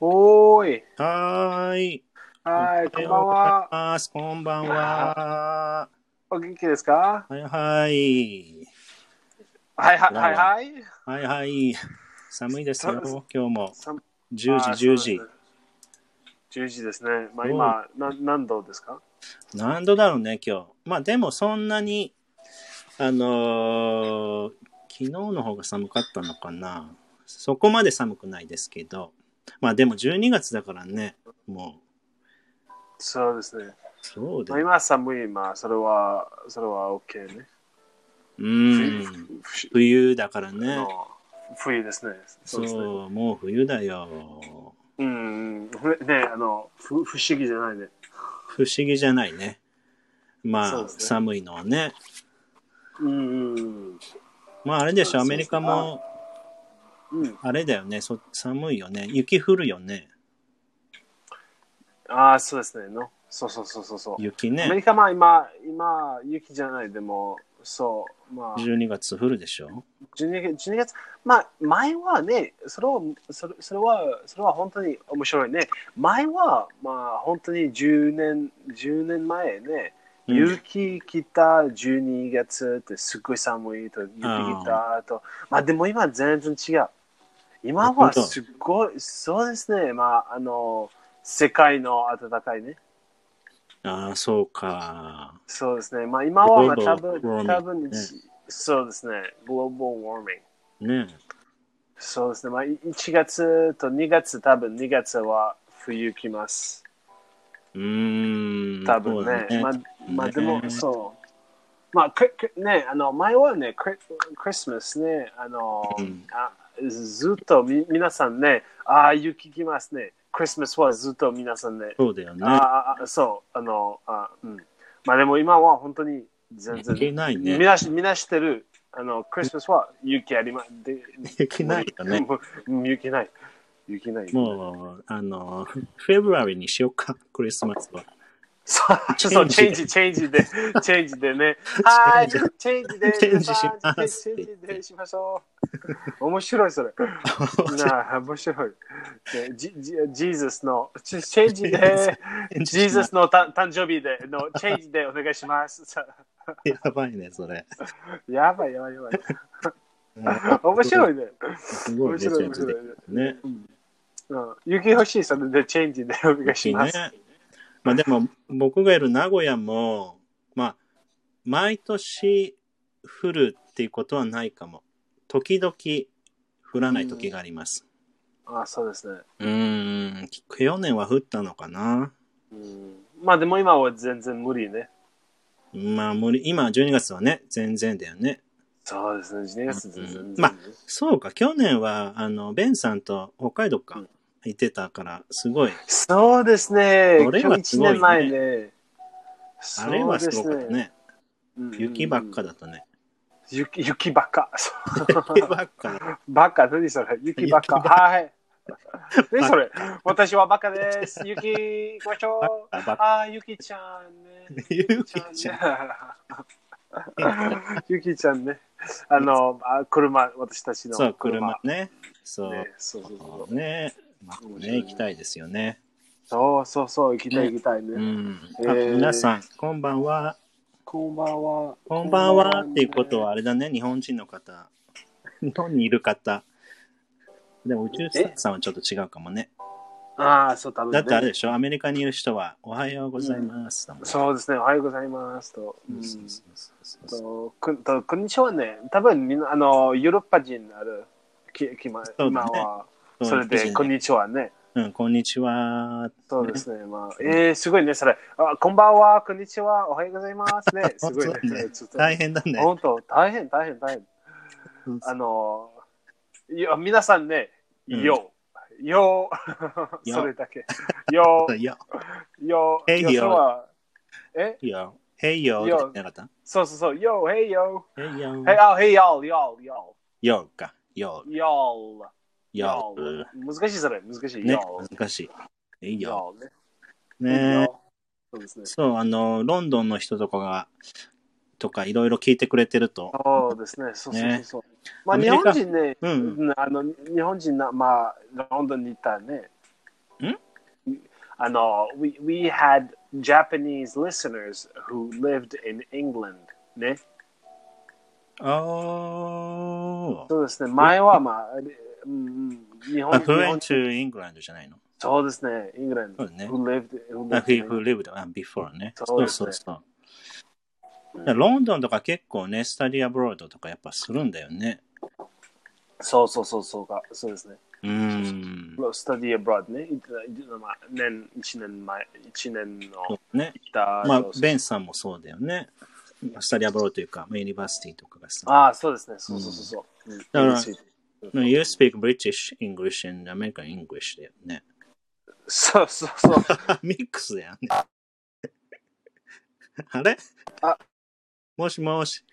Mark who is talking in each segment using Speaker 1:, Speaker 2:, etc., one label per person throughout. Speaker 1: おーい。
Speaker 2: はーい。
Speaker 1: はーい、こんばんは。
Speaker 2: おはようございます。こんばんは。
Speaker 1: お元気ですか
Speaker 2: はいはい。
Speaker 1: はいはい、はいはい。
Speaker 2: はいはい。寒いですよ、
Speaker 1: そう
Speaker 2: 今日も。
Speaker 1: さん
Speaker 2: 10時、10時。。
Speaker 1: あーそうですね10時ですね。まあ今、な何度ですか
Speaker 2: 何度だろうね、今日。まあでもそんなに、あのー昨日の方が寒かったのかな。そこまで寒くないですけど。まあでも12月だからね、もう。
Speaker 1: そうですね。
Speaker 2: そうで
Speaker 1: まあ、今寒い、まあそれは、それは OK ね。
Speaker 2: うん。
Speaker 1: ふし
Speaker 2: 冬だから
Speaker 1: あ
Speaker 2: ね。
Speaker 1: の冬ですね。そうですね。
Speaker 2: そう、もう冬だよ。
Speaker 1: うんうん。ふね、あの、ふ不思議じゃないね。
Speaker 2: 不思議じゃないね。ま
Speaker 1: そう
Speaker 2: あ、
Speaker 1: ですね
Speaker 2: 寒いのはね。
Speaker 1: うんうん
Speaker 2: まあ、あれでしょ、ア
Speaker 1: そう
Speaker 2: メ
Speaker 1: で
Speaker 2: リ
Speaker 1: すね
Speaker 2: カも、
Speaker 1: うん。うん。
Speaker 2: あれだよねそ、寒いよね。雪降るよね。
Speaker 1: ああ、そうですね。のそうそうそうそうそう。
Speaker 2: 雪
Speaker 1: アメ
Speaker 2: ね
Speaker 1: リ。カまあ今、今、雪じゃない、でも、そう、まあ、
Speaker 2: 12月降るでしょ。
Speaker 1: 12月、12月まあ、前はね、それをそれそれは、それは本当に面白いね。前は、まあ、本当に10年、10年前ね、
Speaker 2: うん
Speaker 1: 雪来た12月ってすっごい寒いと、雪来たと、まあ、でも今全然違う。今
Speaker 2: 本
Speaker 1: は
Speaker 2: 当
Speaker 1: すっごい、そうですね、まあ、あの、世界の暖かいね。
Speaker 2: ああ、そうか。
Speaker 1: そうですね。まあ今はまあ多
Speaker 2: Global
Speaker 1: 分、
Speaker 2: warming
Speaker 1: 多分、
Speaker 2: ね
Speaker 1: そうですね。global warming。
Speaker 2: ね
Speaker 1: そうですね。まあい1月と2月、多分2月は冬来ます。
Speaker 2: うーん。
Speaker 1: 多分ね。
Speaker 2: そうだ
Speaker 1: まあ、まあでも、
Speaker 2: ね
Speaker 1: そう。まあ、ククね、あの、前はね、ククリスマスね、あの、
Speaker 2: うん
Speaker 1: あずっとみ皆さんね、ああ、雪来ますね。クリスマスはずっと皆さんね、
Speaker 2: そうだよね。
Speaker 1: ああ、そう、あの、あうん。まあでも今は本当に全然。
Speaker 2: いけないね
Speaker 1: みなし、みなしてる、あの、クリスマスは雪ありま、で、
Speaker 2: 雪ないよ ね。
Speaker 1: もう。雪ない。雪ない。
Speaker 2: もう、あの、フェブラリーにしようか、クリスマスは。
Speaker 1: そう、ちょっとチ
Speaker 2: チ
Speaker 1: ェ
Speaker 2: ェ
Speaker 1: ン
Speaker 2: ン
Speaker 1: ジ、
Speaker 2: ジ
Speaker 1: チェンジで、チェンジでね。はい、 チ
Speaker 2: チ
Speaker 1: ェンジで、
Speaker 2: チェンジします
Speaker 1: チェンジでしましょう。面白い、それ。なあ、面白い。でジジジーズスの、チチェンジで、ジーズスのた誕生日でのチェンジでお願いします。 さ
Speaker 2: やばいね、それ。
Speaker 1: やばいやばいやばい。面白
Speaker 2: い。
Speaker 1: いね。
Speaker 2: すご
Speaker 1: 面
Speaker 2: い、めちゃ
Speaker 1: 白い
Speaker 2: め
Speaker 1: 面
Speaker 2: ちゃ
Speaker 1: 白
Speaker 2: でき
Speaker 1: い
Speaker 2: る。ね。
Speaker 1: うん、雪欲しいさんでチェンジでお願いします。
Speaker 2: ねまあでも僕がいる名古屋も、まあ、毎年降るっていうことはないかも。時々降らない時があります。
Speaker 1: あそうですね。
Speaker 2: うーん、去年は降ったのかな。
Speaker 1: うん、まあでも今は全然無理ね。
Speaker 2: まあ無理、今12月はね、全然だよね。
Speaker 1: そうですね、12月全然
Speaker 2: う
Speaker 1: 全
Speaker 2: ん
Speaker 1: 然。
Speaker 2: まあそうか、去年は、あの、ベンさんと北海道
Speaker 1: う
Speaker 2: か
Speaker 1: ん、
Speaker 2: 行ってたから、すごい、
Speaker 1: そうですね、
Speaker 2: それ
Speaker 1: 今日
Speaker 2: は
Speaker 1: 1
Speaker 2: すごいね
Speaker 1: 年前ね。
Speaker 2: あれはすごか
Speaker 1: そ
Speaker 2: っ
Speaker 1: うで
Speaker 2: たね。
Speaker 1: うんうんうん
Speaker 2: 雪ばっかだったね。
Speaker 1: 雪雪ばっか。
Speaker 2: 雪ばっかだ。
Speaker 1: バカ、何それ雪ばっか。
Speaker 2: 雪
Speaker 1: はい。何それ私はバカです。雪行きましょう。
Speaker 2: バカバ
Speaker 1: ああ、雪ちゃんね。
Speaker 2: 雪ちゃん。
Speaker 1: んね。雪ちゃんね。あの、あ車、私たちの
Speaker 2: そう、車ね。そう。
Speaker 1: ねそうそうそう
Speaker 2: ね、まあ、ね行きたいですよね。
Speaker 1: そうそうそう、行きたい行きたいね。
Speaker 2: うん。
Speaker 1: え
Speaker 2: あ
Speaker 1: ー
Speaker 2: 皆さん、こんばんは。
Speaker 1: こんばんは。
Speaker 2: こんばんはっていうことは、あれだね、日本人の方。 日本にいる方。でも、宇宙スタッフさんはちょっと違うかもね。
Speaker 1: ああ、そう、多分、
Speaker 2: だってあれ
Speaker 1: ね。
Speaker 2: でしょ、アメリカにいる人は、おはようございます。だもん
Speaker 1: そうですね、おはようございますと。う
Speaker 2: そうそうんそうそうそう
Speaker 1: と、くと、こんにちはね。多分、みんな、あの、ヨーロッパ人ある、き、きま、
Speaker 2: だね
Speaker 1: 今は、
Speaker 2: そう
Speaker 1: それで、こんにちはね。
Speaker 2: うん、こんにちは。
Speaker 1: そうですね。まあ、えー、すごいね、それ。あ、こんばんは、こんにちは、おはようございます ね。すごいね。
Speaker 2: そうね
Speaker 1: ちょっと
Speaker 2: 大変だね。
Speaker 1: 本当、大変、大変、大変。
Speaker 2: うん
Speaker 1: あの、いや、皆さんね、
Speaker 2: うん
Speaker 1: よ、よ、
Speaker 2: よ
Speaker 1: それだけ。よ、
Speaker 2: いや、
Speaker 1: よ、
Speaker 2: Hey,
Speaker 1: よ、それはえ
Speaker 2: いや、へいよーって言ってなかっ
Speaker 1: そうそうそう、よ、へいよ、
Speaker 2: たへいよ
Speaker 1: へい
Speaker 2: ー。
Speaker 1: よ、へいよ、よ、よ、
Speaker 2: よーか。よ
Speaker 1: よ、
Speaker 2: ー、よー。
Speaker 1: 難しいそれ、難しい。
Speaker 2: ね
Speaker 1: よ、、
Speaker 2: 難しい。いいよ。
Speaker 1: よ、ね。
Speaker 2: ね
Speaker 1: よそうですね。
Speaker 2: そう、あの、ロンドンの人とかが、とかいろいろ聞いてくれてると、
Speaker 1: そうですね、そうそうそう
Speaker 2: ね
Speaker 1: そう。まあ、
Speaker 2: アメ
Speaker 1: 日
Speaker 2: リ
Speaker 1: 本
Speaker 2: カ
Speaker 1: 人ね、
Speaker 2: うん
Speaker 1: うんあの日本人な、まあ、ロンドンに行ったね、 I know we we had Japanese listeners who lived in England ね。
Speaker 2: ああ。
Speaker 1: そうですね。前はまあ、うんうん、日本
Speaker 2: Fluent
Speaker 1: 日本
Speaker 2: to England じゃないの
Speaker 1: そうですね。イングランド。
Speaker 2: そうね
Speaker 1: who lived, who
Speaker 2: あ
Speaker 1: lived
Speaker 2: He
Speaker 1: in
Speaker 2: who lived on before ね。
Speaker 1: そう
Speaker 2: そう
Speaker 1: です
Speaker 2: そ
Speaker 1: ね
Speaker 2: うそう。ロンドンとか結構ね、スタディアブロードとかやっぱするんだよね。
Speaker 1: そうそうそうそうか。そうですね。
Speaker 2: うーん。
Speaker 1: スタディアブラッドね。いついつまあ年、一年前、一年の
Speaker 2: そうね。
Speaker 1: いた。
Speaker 2: まあ
Speaker 1: そうそ、う
Speaker 2: ベンさんもそうだよね。スタディアブロードというか、ユニバーシティとかがさ。
Speaker 1: ああ、そうですね。そうそうそうそう。うん
Speaker 2: だから
Speaker 1: うんついて
Speaker 2: No, You speak British English and American English だよね。
Speaker 1: そうそうそう。
Speaker 2: ミックスだよね。あれ
Speaker 1: あ
Speaker 2: もしもし。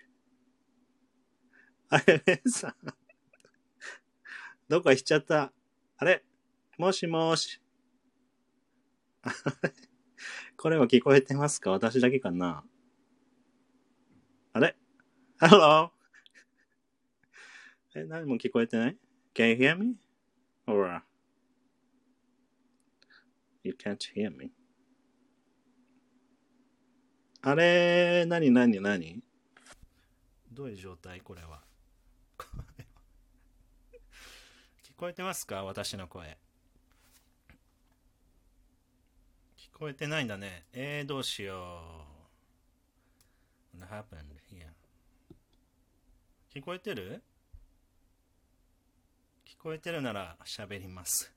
Speaker 2: あれ、ベンさん。どっか行っちゃった。あれもしもし。 あれこれは聞こえてますか私だけかなあれ ?Hello? え、何も聞こえてない ?Can you hear me? Or you can't hear me? あれ何何何どういう状態これは。 これは聞こえてますか私の声。聞こえてないんだね。えー、どうしよう。What happened here? 聞こえてる聞こえてるなら喋ります。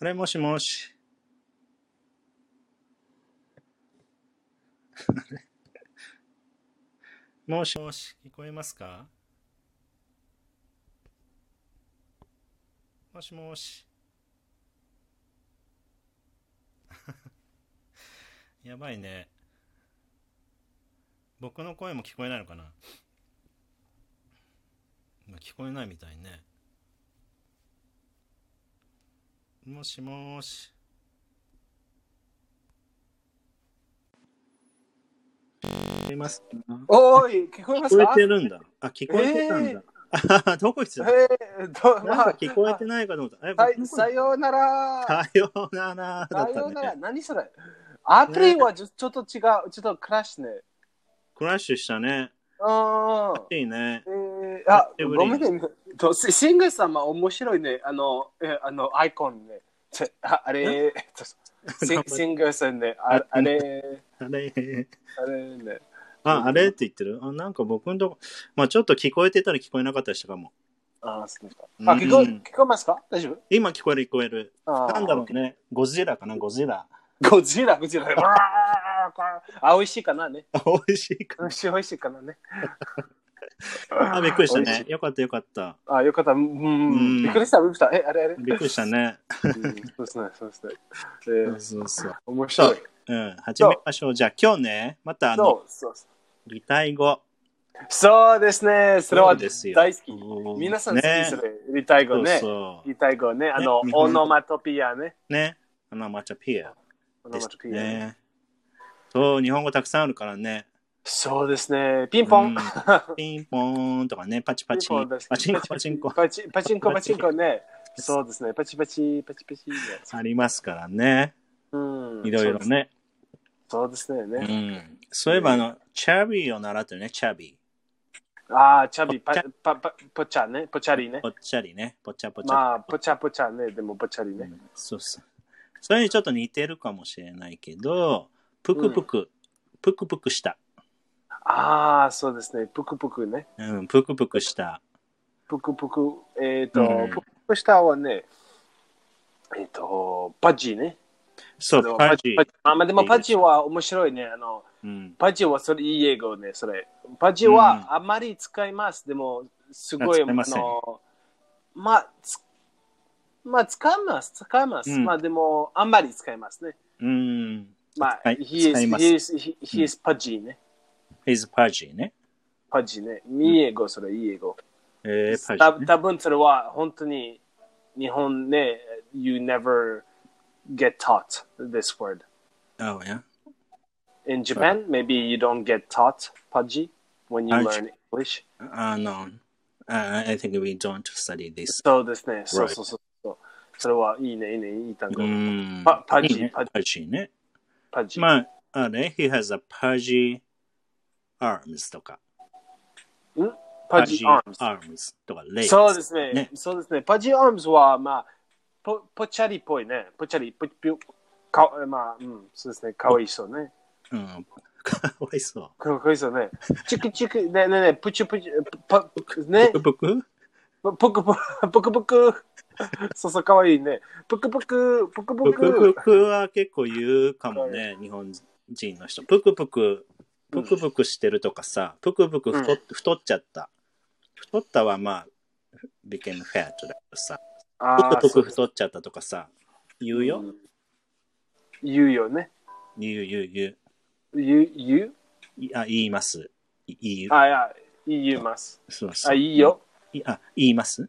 Speaker 2: あれもしもし。もしもし、聞こえますかもしもし。 やばいね。僕の声も聞こえないのかなまあ聞こえないみたいね。もしもし。聞こえますか
Speaker 1: おーい、聞こえま
Speaker 2: 聞
Speaker 1: す
Speaker 2: こえ
Speaker 1: か
Speaker 2: てるんだ。あ、聞こえてたんだ。あ、どこ行ってた
Speaker 1: えーど
Speaker 2: なん
Speaker 1: まあ
Speaker 2: か聞こえてないかと思った。え、
Speaker 1: は
Speaker 2: 僕
Speaker 1: い、
Speaker 2: の声
Speaker 1: さようなら。
Speaker 2: さようならだ
Speaker 1: さ
Speaker 2: っ
Speaker 1: ような
Speaker 2: た
Speaker 1: ら、
Speaker 2: ね。
Speaker 1: 何それアプリはちょちょっと違う、ちょっとクラッシュね。
Speaker 2: クラッシュしたね。
Speaker 1: うん。
Speaker 2: いいね。
Speaker 1: えー、あ
Speaker 2: 久し、ぶり
Speaker 1: ご
Speaker 2: に
Speaker 1: めんね。とシシング様、面白いね。あの、えあの、アイコンね。ちょああれ、とシンシングさんね。ああれ、
Speaker 2: あ れ
Speaker 1: あれね。
Speaker 2: あ、あれって言ってるあ、なんか僕のとこ、まあちょっと聞こえてたら聞こえなかったりしたかも。
Speaker 1: あ、そうですか。
Speaker 2: うん
Speaker 1: あ、聞こえ、聞こえますか大丈夫
Speaker 2: 今聞こえる聞こえる。
Speaker 1: あー
Speaker 2: なんだろうね。ゴジラかなゴジラ。
Speaker 1: ゴジラ、ゴジラ。わーこれあ、美味しいかなね。
Speaker 2: 美味しいか。
Speaker 1: 美味しい、美味しいかなね。
Speaker 2: あ、びっくりした
Speaker 1: 美味
Speaker 2: ね。よかったよかった。
Speaker 1: あ、よかった。うんう
Speaker 2: うん
Speaker 1: ん。びっくりした、びっくりした。え、あれあれ。
Speaker 2: びっくりしたね。
Speaker 1: うんそうですね、そうですね。え
Speaker 2: そ
Speaker 1: ー
Speaker 2: うそうそう。
Speaker 1: 面白い。
Speaker 2: うん、始めましょう。じゃあ今日ね、またあの、
Speaker 1: そう、そう。
Speaker 2: 擬態語。
Speaker 1: そうですね、それは
Speaker 2: ですよ
Speaker 1: 大好き。
Speaker 2: うん
Speaker 1: 皆さん好きですね
Speaker 2: ね、
Speaker 1: リタイ語ね
Speaker 2: そう。そう
Speaker 1: リタイ語ね、あの
Speaker 2: ね、
Speaker 1: オノマトピアね。
Speaker 2: ね。あの、マチャピア
Speaker 1: オノ
Speaker 2: で
Speaker 1: マ
Speaker 2: し
Speaker 1: ト
Speaker 2: た
Speaker 1: ピアね。
Speaker 2: ね。そう、日本語たくさんあるからね。
Speaker 1: そうですね、ピンポ
Speaker 2: う
Speaker 1: ン
Speaker 2: ん。ピンポーンとかね、パチパチ
Speaker 1: ピンポンです。
Speaker 2: パチンコパチ ンコ
Speaker 1: パチパチンコ、パチンコね。そうですね、パチパチ、パチパチね。
Speaker 2: ありますからね。
Speaker 1: うん
Speaker 2: いろいろ。ね。
Speaker 1: そうですそうですね、
Speaker 2: う
Speaker 1: ね。
Speaker 2: ん。そういえば、あの、チャビーを習ってるね、チャビ
Speaker 1: ああ、チャビ、パ
Speaker 2: ポッ
Speaker 1: パパポチャね、ポチャリね
Speaker 2: ー。ぽ。っちゃりね。ぽっちゃぽっちゃ。
Speaker 1: まあ、ポチャポチャね、でもポチャリね。
Speaker 2: そうそう。それにちょっと似てるかもしれないけど、ぷくぷく、ぷくぷくした。
Speaker 1: ああ、そうですね、ぷくぷくね。
Speaker 2: うん、ぷくぷくした。
Speaker 1: ぷくぷく、えっ、と、
Speaker 2: うん
Speaker 1: ぷくぷく下はね、えっ、と、パッチね。
Speaker 2: そう、パチ。
Speaker 1: あ、まあ、でも
Speaker 2: いいです
Speaker 1: パッチは面白いね。あの、
Speaker 2: うん。
Speaker 1: パッチはそれいい英語ね、それ。パッチはあまり使います。でも、すごい、
Speaker 2: あ使いません
Speaker 1: の、まあ、つまあ、使います、使います。
Speaker 2: うん
Speaker 1: まあ、でも、あんまり使いますね。
Speaker 2: うん。
Speaker 1: まあ、
Speaker 2: はい
Speaker 1: he
Speaker 2: 使
Speaker 1: is,
Speaker 2: います
Speaker 1: he is, he, he is pudgy ね。
Speaker 2: is pudgy ね。
Speaker 1: パジね。いい英語、それ、いい英語。
Speaker 2: えー、
Speaker 1: た
Speaker 2: パジ、ね。
Speaker 1: 多分それは本当に日本ね、You never get taught this word.
Speaker 2: Oh, yeah.
Speaker 1: In Japan, maybe you don't get taught Paji when you
Speaker 2: I-
Speaker 1: learn English.
Speaker 2: Uh, no. Uh, I think we don't study this.
Speaker 1: そうですね。そう
Speaker 2: Right.
Speaker 1: そうそうそう。それはいいね、いいね、いい単語。
Speaker 2: Mm.
Speaker 1: パパジ、パジ、
Speaker 2: Pudgy ね。
Speaker 1: パジ。
Speaker 2: まあ、あれ、he has a pudgy arms とか。
Speaker 1: んパジアーム
Speaker 2: arms とか、legs
Speaker 1: ズ。そうですね
Speaker 2: ね。
Speaker 1: そうですね。パジアームズは、まあ、ぽぽっちゃりっぽいね。ぽっちゃり、ぽぴょ、かまあ、うん、そうですね。かわいそうね。
Speaker 2: うん。 かわいそ
Speaker 1: かわいそうね。チクチク、ねねね、ぷちゅぷちゅ、ぱ、
Speaker 2: う。
Speaker 1: ね
Speaker 2: ぷ、くぷく
Speaker 1: ぷくぷ く、ぷくぷく。そうそう、かわいいね。ぷくぷく、ぷくぷ
Speaker 2: ぷくぷ
Speaker 1: く。
Speaker 2: くは結構言うかもね、日本人の人。ぷくぷく、ぷくぷくしてるとかさ、ぷくぷく太っ太っちゃった。太ったはまあ、became fat だけどさ、
Speaker 1: あー
Speaker 2: ぷくぷ
Speaker 1: そ
Speaker 2: く
Speaker 1: うです
Speaker 2: 太っちゃったとかさ、言うよ。
Speaker 1: 言うよね。
Speaker 2: 言う言う言う
Speaker 1: 言う、言う。
Speaker 2: いあ、言います。い言う。
Speaker 1: あ、いや、言います。
Speaker 2: そうそう
Speaker 1: あ、いい。よ。
Speaker 2: いあ、言います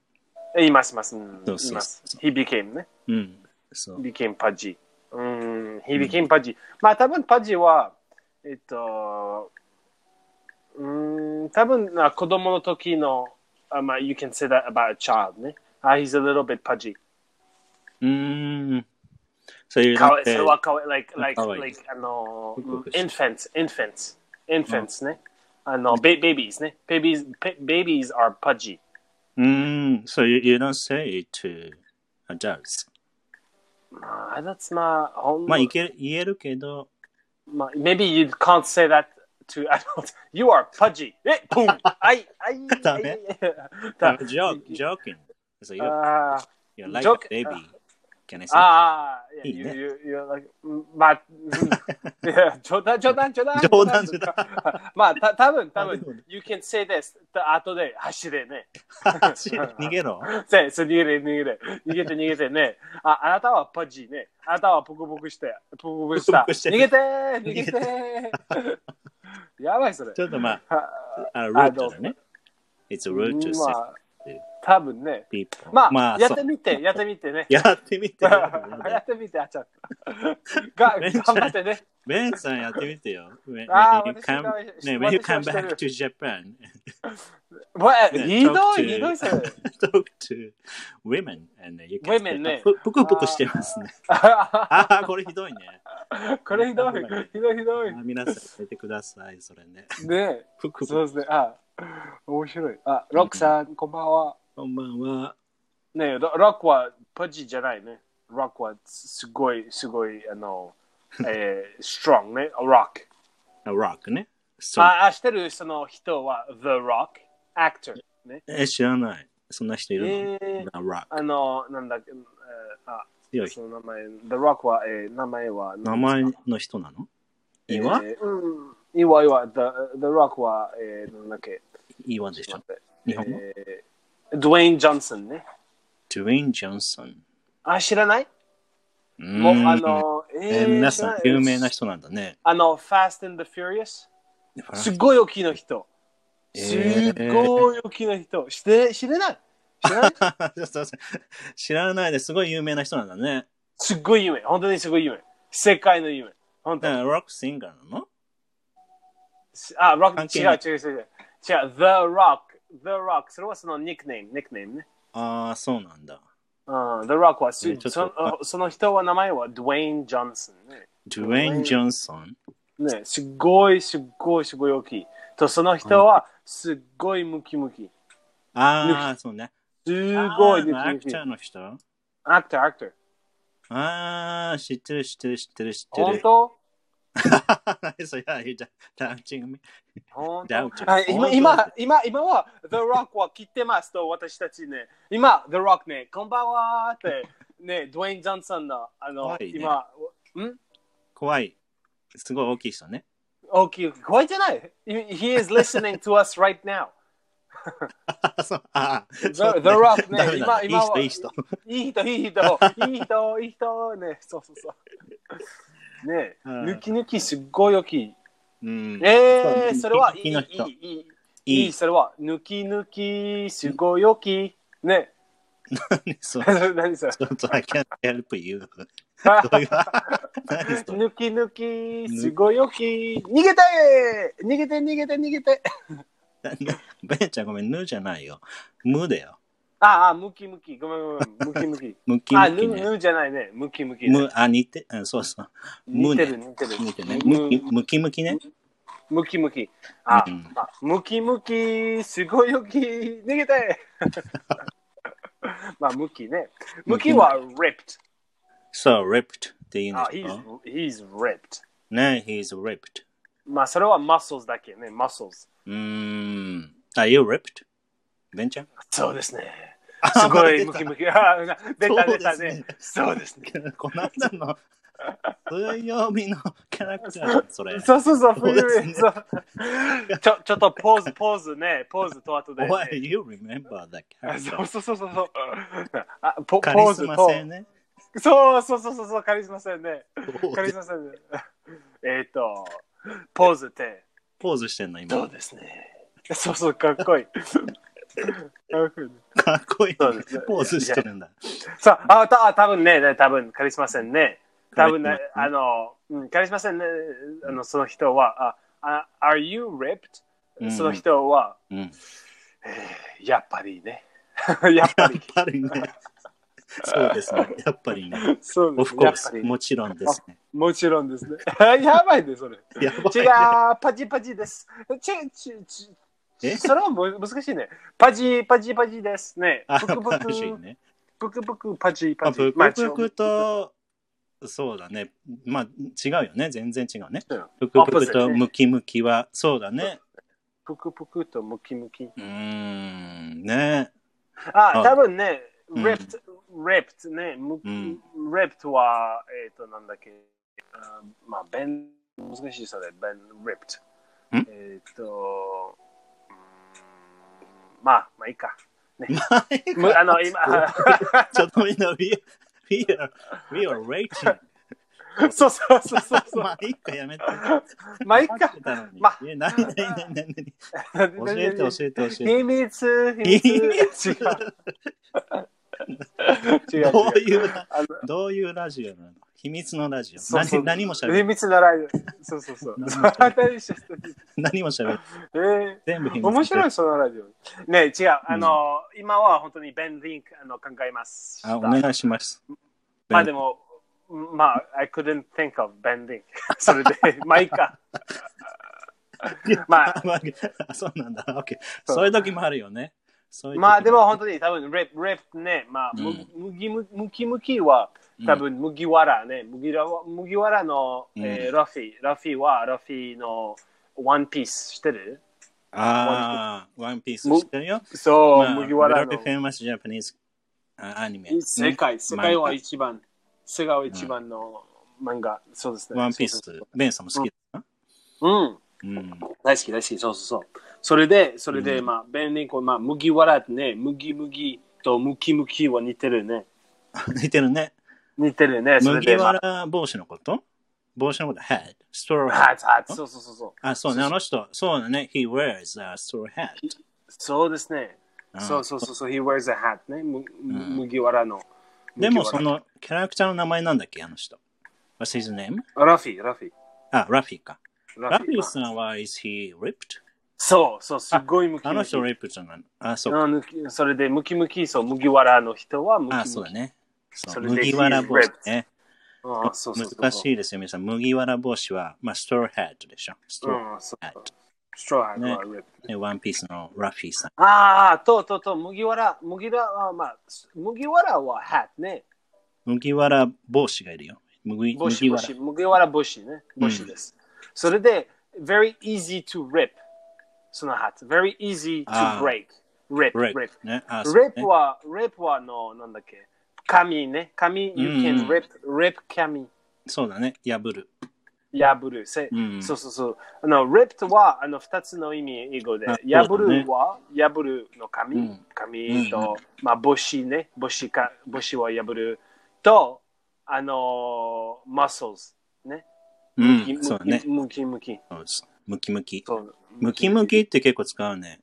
Speaker 1: 言います、言います。うん
Speaker 2: そ
Speaker 1: 言
Speaker 2: うそうそう
Speaker 1: います。He became ね。
Speaker 2: うん。そう。
Speaker 1: became pudgy. うん、he became pudgy. まあ、多分 pudgy は、えっと、うん、多分な子供の時の、あまあ、you can say that about a child ね。あ、he's a little bit pudgy.
Speaker 2: うーん。そういう
Speaker 1: か
Speaker 2: の
Speaker 1: わ
Speaker 2: っ
Speaker 1: いそ
Speaker 2: て
Speaker 1: れ、はかわいい、like,
Speaker 2: か
Speaker 1: like,
Speaker 2: わいい
Speaker 1: like, あの、
Speaker 2: ふくふくして
Speaker 1: infants, infants, infants ね。あの、ベ babies ね。babies, ba- babies are pudgy.
Speaker 2: うーん。そういう、you don't say it to adults.
Speaker 1: まあ、that's まあ、ほん
Speaker 2: まあ、いけ言えるけど、
Speaker 1: まあ maybe you can't say that to adults. You are pudgy. Eh, え、ボン I, I,
Speaker 2: ダ メ
Speaker 1: だ
Speaker 2: j o
Speaker 1: Ah,
Speaker 2: k joking. So you're,
Speaker 1: あ
Speaker 2: you're like
Speaker 1: joke-
Speaker 2: a baby. Can I
Speaker 1: ー
Speaker 2: say?
Speaker 1: あー、
Speaker 2: いいね
Speaker 1: ah, you- you- you're like- mm, うんまあ、うんいや冗談、冗談、冗談。
Speaker 2: 冗談冗談
Speaker 1: まあ、た多分多
Speaker 2: あでもね
Speaker 1: 分 You can say this. と後で走れね。
Speaker 2: 走れ 逃げろ。
Speaker 1: せ、せ、逃げれ、逃げれ。逃げて、逃げてね。あ、あなたはパジーね。あなたはポクポクして、ポクポクし
Speaker 2: ポ
Speaker 1: た。
Speaker 2: クポクして
Speaker 1: 逃げてー、逃げてー。やばい、それ。
Speaker 2: ちょっとま
Speaker 1: あ
Speaker 2: あ、あ
Speaker 1: あ
Speaker 2: rude
Speaker 1: どう
Speaker 2: だね。It's rude to
Speaker 1: ま
Speaker 2: say
Speaker 1: あ、多分ね。
Speaker 2: people.
Speaker 1: まあ、や
Speaker 2: そ
Speaker 1: って
Speaker 2: う
Speaker 1: みて、やってみてね。
Speaker 2: やって みて。
Speaker 1: やってみて、あちゃん。が、
Speaker 2: めっちゃ
Speaker 1: 頑張ってね。
Speaker 2: ベンさんやってみてよ。When,
Speaker 1: あ
Speaker 2: when you
Speaker 1: 私
Speaker 2: come,
Speaker 1: が
Speaker 2: ね、when you
Speaker 1: 私は
Speaker 2: come
Speaker 1: してる
Speaker 2: back to Japan,
Speaker 1: わ
Speaker 2: ね
Speaker 1: ひど
Speaker 2: talk
Speaker 1: い、
Speaker 2: to-
Speaker 1: ひどい、それ。
Speaker 2: talk to women and you can
Speaker 1: Women ね
Speaker 2: say, ぷぷくぷくしてますね。ああー、これひど いね。
Speaker 1: これひどい、ひどい、ひど
Speaker 2: あー皆さんやめてください、それ ね。
Speaker 1: い。ねえ
Speaker 2: ぷくぷ
Speaker 1: そう
Speaker 2: く
Speaker 1: ですね。あ、面白い。あ、ロックさん、こんばんは。
Speaker 2: こんばんは。
Speaker 1: ねえロロックはパジじゃないね。ロックはすごい、すごい、あ の、えー、ストロングね。ロック。
Speaker 2: Rock ね。そう。
Speaker 1: あ、あしてるその人は、The Rock、Actor。ね。
Speaker 2: え、知らない。そんな人いるの、
Speaker 1: えー
Speaker 2: The ?Rock。
Speaker 1: あの、なんだっけ、えーあ、
Speaker 2: 強い人
Speaker 1: その名前、The Rock は、えー、名前は、
Speaker 2: 名前の人なの岩、
Speaker 1: えーうん、岩岩、The, The Rock は、えー、なんだっけ、
Speaker 2: 岩でしょ
Speaker 1: 待。って
Speaker 2: 日本語、
Speaker 1: えー、ドウェイン・ジョンソンね。
Speaker 2: ドゥエイン・ジョンソン。
Speaker 1: あ、知らない、
Speaker 2: う
Speaker 1: もう、
Speaker 2: ーん
Speaker 1: あの、え
Speaker 2: え
Speaker 1: ー
Speaker 2: ー皆さん
Speaker 1: 知ら
Speaker 2: 有名な人なんだね。
Speaker 1: あの、Fast and the Furious。すごい大きな人。
Speaker 2: え
Speaker 1: す
Speaker 2: ー
Speaker 1: ごい大きな人。して知れない知 らない
Speaker 2: 知らないですごい有名な人なんだね。
Speaker 1: すっごい夢。本当にすごい夢。世界の夢。本当
Speaker 2: だからロックシンガーなの
Speaker 1: あ、ロッ
Speaker 2: 関
Speaker 1: ク、
Speaker 2: 係
Speaker 1: 違
Speaker 2: ないう
Speaker 1: 違う違う違う。違う、The Rock。The Rock。それはそのニックネーム、ニックネームね。
Speaker 2: ああ、そうなんだ。
Speaker 1: うん、The Rock はす、
Speaker 2: ねちょっと
Speaker 1: そのその人は名前は Dwayne Johnson ね。
Speaker 2: ドゥエイン・ジョンソン。
Speaker 1: ね、すっごいすっごいすごい大きい。と、その人はすっごいムキムキ。
Speaker 2: ああ、そうね。
Speaker 1: すごいム
Speaker 2: あーア
Speaker 1: キム
Speaker 2: ク
Speaker 1: キ
Speaker 2: タ。ーの人あ
Speaker 1: アクター、アクター。
Speaker 2: あ、知ってる、知ってる、知ってる、知ってる。
Speaker 1: 本当
Speaker 2: そういや、いやダウチングミ。
Speaker 1: 本
Speaker 2: ダウチ
Speaker 1: 当はい今、今、今、今は The Rock は切ってますと、私たちね。今、The Rock ね、こんばんはーって、ね、ドウェイン・ジョンソンの、あの、
Speaker 2: 怖いね
Speaker 1: 今、ん
Speaker 2: 怖い。すごい大きい人ね。
Speaker 1: 大きい。怖いじゃない ?He is listening to us right now.
Speaker 2: あそうあー
Speaker 1: The,
Speaker 2: そう
Speaker 1: The Rock
Speaker 2: ダ
Speaker 1: ね、
Speaker 2: メ
Speaker 1: 今、
Speaker 2: だ
Speaker 1: 今は。
Speaker 2: いい人、いい人。
Speaker 1: いい人、いい人、いい人、いい人、ね、そうそうそう。ね、
Speaker 2: うん
Speaker 1: 抜き抜きすっごい大きい。
Speaker 2: うん。
Speaker 1: えー、それはいい、いい、い
Speaker 2: いい人
Speaker 1: い、いい、い
Speaker 2: い
Speaker 1: い、それは、抜き抜き、すごよき。ね。
Speaker 2: そう。ち
Speaker 1: 何それ
Speaker 2: ょっと、I can't help you. どういう
Speaker 1: 抜
Speaker 2: 何それ
Speaker 1: き抜き、すごよき。逃げて逃げて逃げて逃げて。
Speaker 2: ベンちゃんごめん、ぬじゃないよ。むだよ。
Speaker 1: ああ、ムキムキ。ごめんごめん。ムキムキ。
Speaker 2: む き
Speaker 1: あ、
Speaker 2: む
Speaker 1: ぬ
Speaker 2: きね。
Speaker 1: ぬじゃないね。ムキムキね、
Speaker 2: む、あ、似て、うん、そうそう。
Speaker 1: 似てる似てる。
Speaker 2: 似てね。むき
Speaker 1: む
Speaker 2: むきむきね。
Speaker 1: ムキムキ。あ
Speaker 2: うん、
Speaker 1: あムキムキ、すごよき。逃げて まあ、ムキね。ムキは ripped。
Speaker 2: そう、ripped って言うん
Speaker 1: あ、
Speaker 2: で
Speaker 1: he's,
Speaker 2: すよ。
Speaker 1: he's ripped。
Speaker 2: ね、he's ripped.
Speaker 1: まあ、それは muscles だけね、muscles。
Speaker 2: うーん。Are you ripped? ベンちゃん
Speaker 1: そうですね。
Speaker 2: あ
Speaker 1: すごい
Speaker 2: ま
Speaker 1: ムキ
Speaker 2: だ出た
Speaker 1: ムキ。あーな出た
Speaker 2: そう
Speaker 1: 出
Speaker 2: で
Speaker 1: た
Speaker 2: すね
Speaker 1: ね。そうですね。
Speaker 2: この間 の水曜日のキャラクターだそれ。
Speaker 1: そうそうそう、
Speaker 2: そうですね
Speaker 1: そうちょちょっとポーズ、ポーズね、ポーズと後で、
Speaker 2: Why you remember that キャラ
Speaker 1: あ
Speaker 2: クタ
Speaker 1: そ
Speaker 2: ー
Speaker 1: うそうそうそうそう。あポポ
Speaker 2: カリ
Speaker 1: ー
Speaker 2: ス
Speaker 1: ズ
Speaker 2: マ
Speaker 1: と。
Speaker 2: 性ね。
Speaker 1: そうそうそうそうそう、カリスマ性ね。カリスマ性ね。えっと、ポーズって、
Speaker 2: ポーズしてんの
Speaker 1: そう
Speaker 2: 今。
Speaker 1: ですね。そうそう、かっこいい。かっこいいね
Speaker 2: かっこいい。
Speaker 1: そ
Speaker 2: ポ
Speaker 1: うです
Speaker 2: ーズしてるんだ。
Speaker 1: そう、あ、た、あ多分ね、ね多分カリスマ線ね。多分ね、
Speaker 2: カ
Speaker 1: あの、うん、カリスマ線ね、あの、その人は、あ、あ are you ripped?、
Speaker 2: うん
Speaker 1: その人は、
Speaker 2: うん。やっ
Speaker 1: やっぱりね。 やっぱり。
Speaker 2: ぱりね。そうですね。やっぱりね。
Speaker 1: そう
Speaker 2: オ
Speaker 1: です
Speaker 2: フ
Speaker 1: ね。
Speaker 2: コ
Speaker 1: やっ
Speaker 2: ー
Speaker 1: ぱ
Speaker 2: ス。
Speaker 1: り。
Speaker 2: もちろんですね。
Speaker 1: もちろんですね。 やばいね、それ。
Speaker 2: やばい
Speaker 1: 違
Speaker 2: ね
Speaker 1: う、パチパチです。 ちちち
Speaker 2: え
Speaker 1: それはむ難しいね。パチパチパチですね。
Speaker 2: あ、
Speaker 1: ぷくぷ
Speaker 2: パ
Speaker 1: く
Speaker 2: クシーね。
Speaker 1: ぷくぷくパチ
Speaker 2: ま
Speaker 1: パ
Speaker 2: あ、
Speaker 1: チ
Speaker 2: ブ。
Speaker 1: まあ
Speaker 2: クブクと、そうだね。まあ、違うよね。全然違うね。
Speaker 1: そう
Speaker 2: ブクブク
Speaker 1: Opposite
Speaker 2: と
Speaker 1: ね
Speaker 2: ムキムキは、そうだね。
Speaker 1: ぷくぷくとムキムキ。
Speaker 2: うーん、ね。
Speaker 1: あ、
Speaker 2: あ
Speaker 1: 多分ね、
Speaker 2: うん
Speaker 1: ripped、ripped ね、む
Speaker 2: うん、
Speaker 1: ripped は、えっ、と、なんだっけ、あまあ、弁、難しいそれ、弁、ripped。
Speaker 2: ん
Speaker 1: えっ、と、うーんまあ、まあいいか。むあの、今、
Speaker 2: ちょっとみんな、we we are, we are rating.
Speaker 1: そうそうそうそうそう。
Speaker 2: まあ、一個やめて。
Speaker 1: まあいいか
Speaker 2: 待って。たのに
Speaker 1: まあ
Speaker 2: え、なになになになに教えて、教えて、教え
Speaker 1: 秘密、秘
Speaker 2: て。
Speaker 1: 密。違う、違う。
Speaker 2: どういうラ、
Speaker 1: あの
Speaker 2: どういうラジオなの秘密のラジオ。
Speaker 1: そうそう
Speaker 2: 何何もしゃべ
Speaker 1: 秘
Speaker 2: る。
Speaker 1: 密のライブ。そうそうそう。
Speaker 2: 何 も喋
Speaker 1: 新しい人
Speaker 2: 何もしゃべる。
Speaker 1: えー
Speaker 2: 全部秘 密。
Speaker 1: 面白い、そのラジオ。ね違う。あの、今は本当にベン・リンクあの考えます。
Speaker 2: あ、お願いします。
Speaker 1: まあでも、まあ、I couldn't think of ベン・リンク。 それで、まあいいか。まあ、
Speaker 2: まあ、そうなんだ。オッケー。
Speaker 1: そう
Speaker 2: そういう時もあるよね。そういう時
Speaker 1: まあでも本当に多分、レプ、レプね、まあ、む
Speaker 2: うん
Speaker 1: むぎむむきむきは
Speaker 2: うん
Speaker 1: 多分、麦わらね、麦わら麦わらの、えーラフィー、ラフィーはラフィーのワンピースしてる
Speaker 2: ああ、ワンピース
Speaker 1: む
Speaker 2: 知ってるよ。
Speaker 1: そう、
Speaker 2: まあ
Speaker 1: 麦わら
Speaker 2: very
Speaker 1: の。
Speaker 2: famous Japanese あアニメ。
Speaker 1: 世界、
Speaker 2: ね
Speaker 1: 世界は一番、世界は一番の漫画、そうですね。
Speaker 2: ワンピース
Speaker 1: そうそう、
Speaker 2: ベンさんも好きだな。
Speaker 1: うん、
Speaker 2: うん。
Speaker 1: 大好き、大好き、そうそうそう。それで、それで、
Speaker 2: うん
Speaker 1: まあ、ベンリンコ、まあ、麦わらってね、麦麦とムキムキは似てるね。
Speaker 2: 似てるね。
Speaker 1: 似てるね、それ
Speaker 2: 麦
Speaker 1: で、ま
Speaker 2: わ
Speaker 1: あ、
Speaker 2: ら帽子のこと帽子のこと、hat, straw
Speaker 1: ハ
Speaker 2: hat.
Speaker 1: ーツ、ハーツ、そうそうそうそう。
Speaker 2: あ、そうね、あの人、そうだね。He wears a straw hat.
Speaker 1: そうですね。
Speaker 2: うん
Speaker 1: そうそうそうそう、he wears a hat ね、む
Speaker 2: ん
Speaker 1: 麦わらの。
Speaker 2: で
Speaker 1: 麦
Speaker 2: も、
Speaker 1: わ
Speaker 2: そ
Speaker 1: ら、
Speaker 2: のキャラクターの名前なんだっけ、あの人。What's his name?
Speaker 1: ラフィー、ラフィー。
Speaker 2: あ、ラフィか。ラ
Speaker 1: ラ
Speaker 2: フィさんは、is he ripped?
Speaker 1: そうそう、すごいムキ
Speaker 2: あの
Speaker 1: ム
Speaker 2: 人、
Speaker 1: キ。
Speaker 2: ripped なの。あ、そうか。
Speaker 1: うんむきそれで、ムキムキ、そう、麦わらの人はムキム
Speaker 2: あ、
Speaker 1: キ。
Speaker 2: そうだね。そう
Speaker 1: それで
Speaker 2: 麦わら帽子ね。
Speaker 1: ああそうそうそう
Speaker 2: 難しいですよ、皆さん。麦わら帽子は、まあ、ストローハットでしょ。スト
Speaker 1: う
Speaker 2: ローハ
Speaker 1: ん、そう
Speaker 2: ット。
Speaker 1: ストローハット
Speaker 2: ね
Speaker 1: は rip
Speaker 2: でワンピースのラフィーさん。
Speaker 1: ああ、とうとうとう、麦わら、麦わら、あまあ、す麦わらは hat ね。
Speaker 2: 麦わら帽子がいるよ。麦
Speaker 1: 帽子、
Speaker 2: 麦
Speaker 1: 帽
Speaker 2: わら
Speaker 1: 子、。麦わら帽子ね。帽子です。それで、very easy to rip。その hat。very easy to
Speaker 2: ああ
Speaker 1: break. Rip,
Speaker 2: レッ
Speaker 1: rip.
Speaker 2: プ。ね。あ、そうね
Speaker 1: rip は、rip はあの、なんだっけ。紙ね。紙、you
Speaker 2: うん
Speaker 1: can rip, rip 紙。
Speaker 2: そうだね。破る。
Speaker 1: 破る。せ
Speaker 2: うん
Speaker 1: そうそうそう。あの、ripped は、あの、二つの意味、英語で。
Speaker 2: あそうだね
Speaker 1: 破るは、破るの紙、
Speaker 2: うん
Speaker 1: 紙と、まあ、帽子ね、帽子か、帽子は破ると、あのー、muscles、ね。
Speaker 2: う
Speaker 1: ムキ
Speaker 2: ん。そうだね。
Speaker 1: ムキムキ。
Speaker 2: そうですムキムキ。
Speaker 1: そう。
Speaker 2: ムキムキって結構使うね。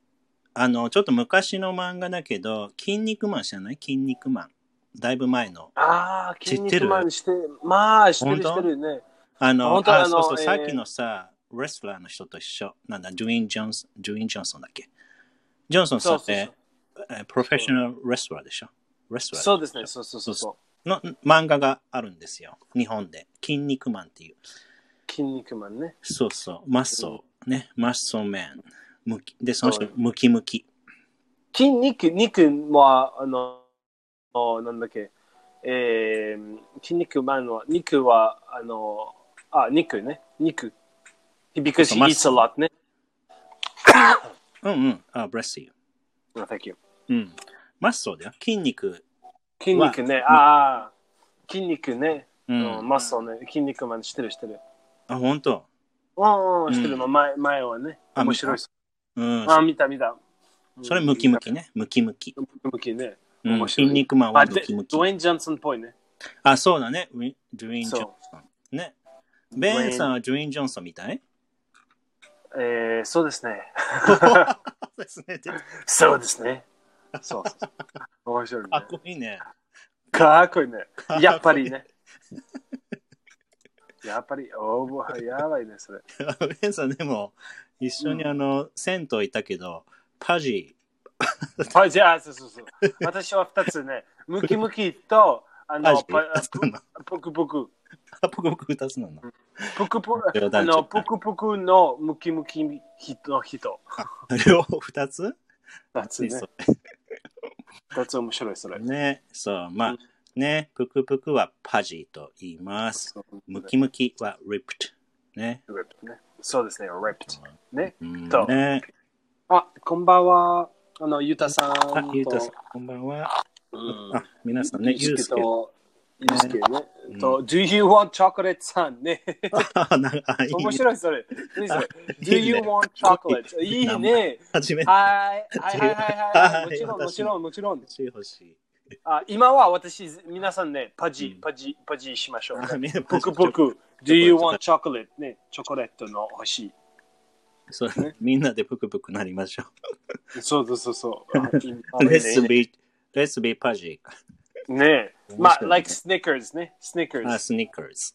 Speaker 2: あの、ちょっと昔の漫画だけど、筋肉マン知らない筋肉マン。だいぶ前の。
Speaker 1: ああ、
Speaker 2: 知って
Speaker 1: 筋
Speaker 2: る
Speaker 1: 肉マンして、まあ、知ってる知
Speaker 2: 本
Speaker 1: っ
Speaker 2: 当
Speaker 1: てるね。
Speaker 2: あの、
Speaker 1: 本当
Speaker 2: あ
Speaker 1: あの
Speaker 2: そうそう、
Speaker 1: えー
Speaker 2: さっきのさ、レスラーの人と一緒。なんだ、ジュイン・ジョンソン、ジュイン・ジョンソンだっけジョンソンさんっ
Speaker 1: そう
Speaker 2: て
Speaker 1: そう、
Speaker 2: えープロフェッショナルレスラーでしょレスラー
Speaker 1: そうですね、そうそうそう
Speaker 2: そ
Speaker 1: そ
Speaker 2: の漫画があるんですよ。日本で。筋肉マンってい
Speaker 1: う。
Speaker 2: う。
Speaker 1: 筋肉マンね。
Speaker 2: そうそう、マッソー。ね、マッソーメン。ムキで、その人
Speaker 1: そう、
Speaker 2: ムキムキ。
Speaker 1: 筋肉、肉も、あの、あなんだっけ、えー、筋肉マンは、肉は、あの、あ、肉ね、肉。Because
Speaker 2: そう
Speaker 1: he
Speaker 2: まあ
Speaker 1: eats a lot ね。
Speaker 2: うんうん。あ、ブレス you。
Speaker 1: あ Thank you.
Speaker 2: うん。マッソーだよ。筋肉。
Speaker 1: 筋肉ね、ああ、筋肉ね、
Speaker 2: う。
Speaker 1: うんん、マッソね、筋肉マンしてるしてる。
Speaker 2: あ、本当。
Speaker 1: うん、う、
Speaker 2: うんん
Speaker 1: してるの、前前はね、
Speaker 2: あ
Speaker 1: 面白いっす。
Speaker 2: うん。
Speaker 1: あ、見た見た。
Speaker 2: それムキムキね。ムキムキ。
Speaker 1: ムキムキね。
Speaker 2: うん
Speaker 1: 面白い
Speaker 2: 筋肉マン
Speaker 1: あ、
Speaker 2: は
Speaker 1: で
Speaker 2: ム
Speaker 1: ド
Speaker 2: キ
Speaker 1: ウ
Speaker 2: ムキ。
Speaker 1: ェイン・ジョンソンっぽいね。
Speaker 2: あ、そうだね。ウィドゥイン・ジ
Speaker 1: そう
Speaker 2: ョンソン。ね。ベンさんはジュイン・ジョンソンみた い
Speaker 1: えー、そうですね。
Speaker 2: そうですね。
Speaker 1: そうですね。そうそうそう。面白いね。
Speaker 2: かっこいいね。
Speaker 1: かっこいいね。
Speaker 2: こいい
Speaker 1: やっぱりね。やっぱり、おーやばいね、それ。
Speaker 2: ベンさんでも、一緒に
Speaker 1: うん
Speaker 2: あの、銭湯いたけど、パジ
Speaker 1: はい、じゃあ、そうそうそう。私は二つね、ムキムキと、あ
Speaker 2: パ
Speaker 1: の、
Speaker 2: ジ
Speaker 1: ぷ
Speaker 2: 二 つなの。
Speaker 1: ぷくぷく。
Speaker 2: あポクポク二つなの。
Speaker 1: ぷくぷ
Speaker 2: 冗
Speaker 1: く、
Speaker 2: 談
Speaker 1: あの、
Speaker 2: 冗
Speaker 1: ぷ
Speaker 2: 談
Speaker 1: くぷくのムキムキの人。
Speaker 2: 両方二つ
Speaker 1: 二つ
Speaker 2: ね
Speaker 1: ね。二つ面白い、それ。
Speaker 2: ね。そう、ま
Speaker 1: うん
Speaker 2: あ、ね、ぷくぷくはパジと言います。
Speaker 1: そう
Speaker 2: ムキムキは ripped。ね。
Speaker 1: ねそうですね、ripped。ね。
Speaker 2: うん
Speaker 1: そう
Speaker 2: ね。
Speaker 1: あ、こんばんは。あの、ゆうたさんと。
Speaker 2: あ、ゆうたさん、こんばんは。
Speaker 1: うん
Speaker 2: あ、皆さんね、ゆうすけ。
Speaker 1: と、ゆうすけね。
Speaker 2: うん
Speaker 1: と、Do you want chocolate さんね。
Speaker 2: あ、なんか、あいいね
Speaker 1: 面白いそれ。いいそれ
Speaker 2: いい
Speaker 1: Do
Speaker 2: ね
Speaker 1: you want chocolate?
Speaker 2: いい
Speaker 1: いいね。
Speaker 2: 初めて
Speaker 1: はい。はいはいはいはい。
Speaker 2: はい
Speaker 1: もちろん
Speaker 2: 私も
Speaker 1: もちろんもち ろん
Speaker 2: 欲。しい欲しい。
Speaker 1: あ今は私、皆さんね、パジ
Speaker 2: うん
Speaker 1: パジパジしま しょう。
Speaker 2: あみんな
Speaker 1: ポ
Speaker 2: パジ
Speaker 1: クポ ク。Do you want chocolate? ね、チョコレートの欲しい。
Speaker 2: そう
Speaker 1: ね
Speaker 2: みんなでぷくぷくなりましょ
Speaker 1: そうそうそう そうあいい。あ
Speaker 2: う。レッ
Speaker 1: い
Speaker 2: ス
Speaker 1: いね
Speaker 2: ビー、レッスビーパジ
Speaker 1: ねまあ、
Speaker 2: 面白いね
Speaker 1: like Snickers ね。
Speaker 2: ー、あ
Speaker 1: Snickers。
Speaker 2: スニッカーズ。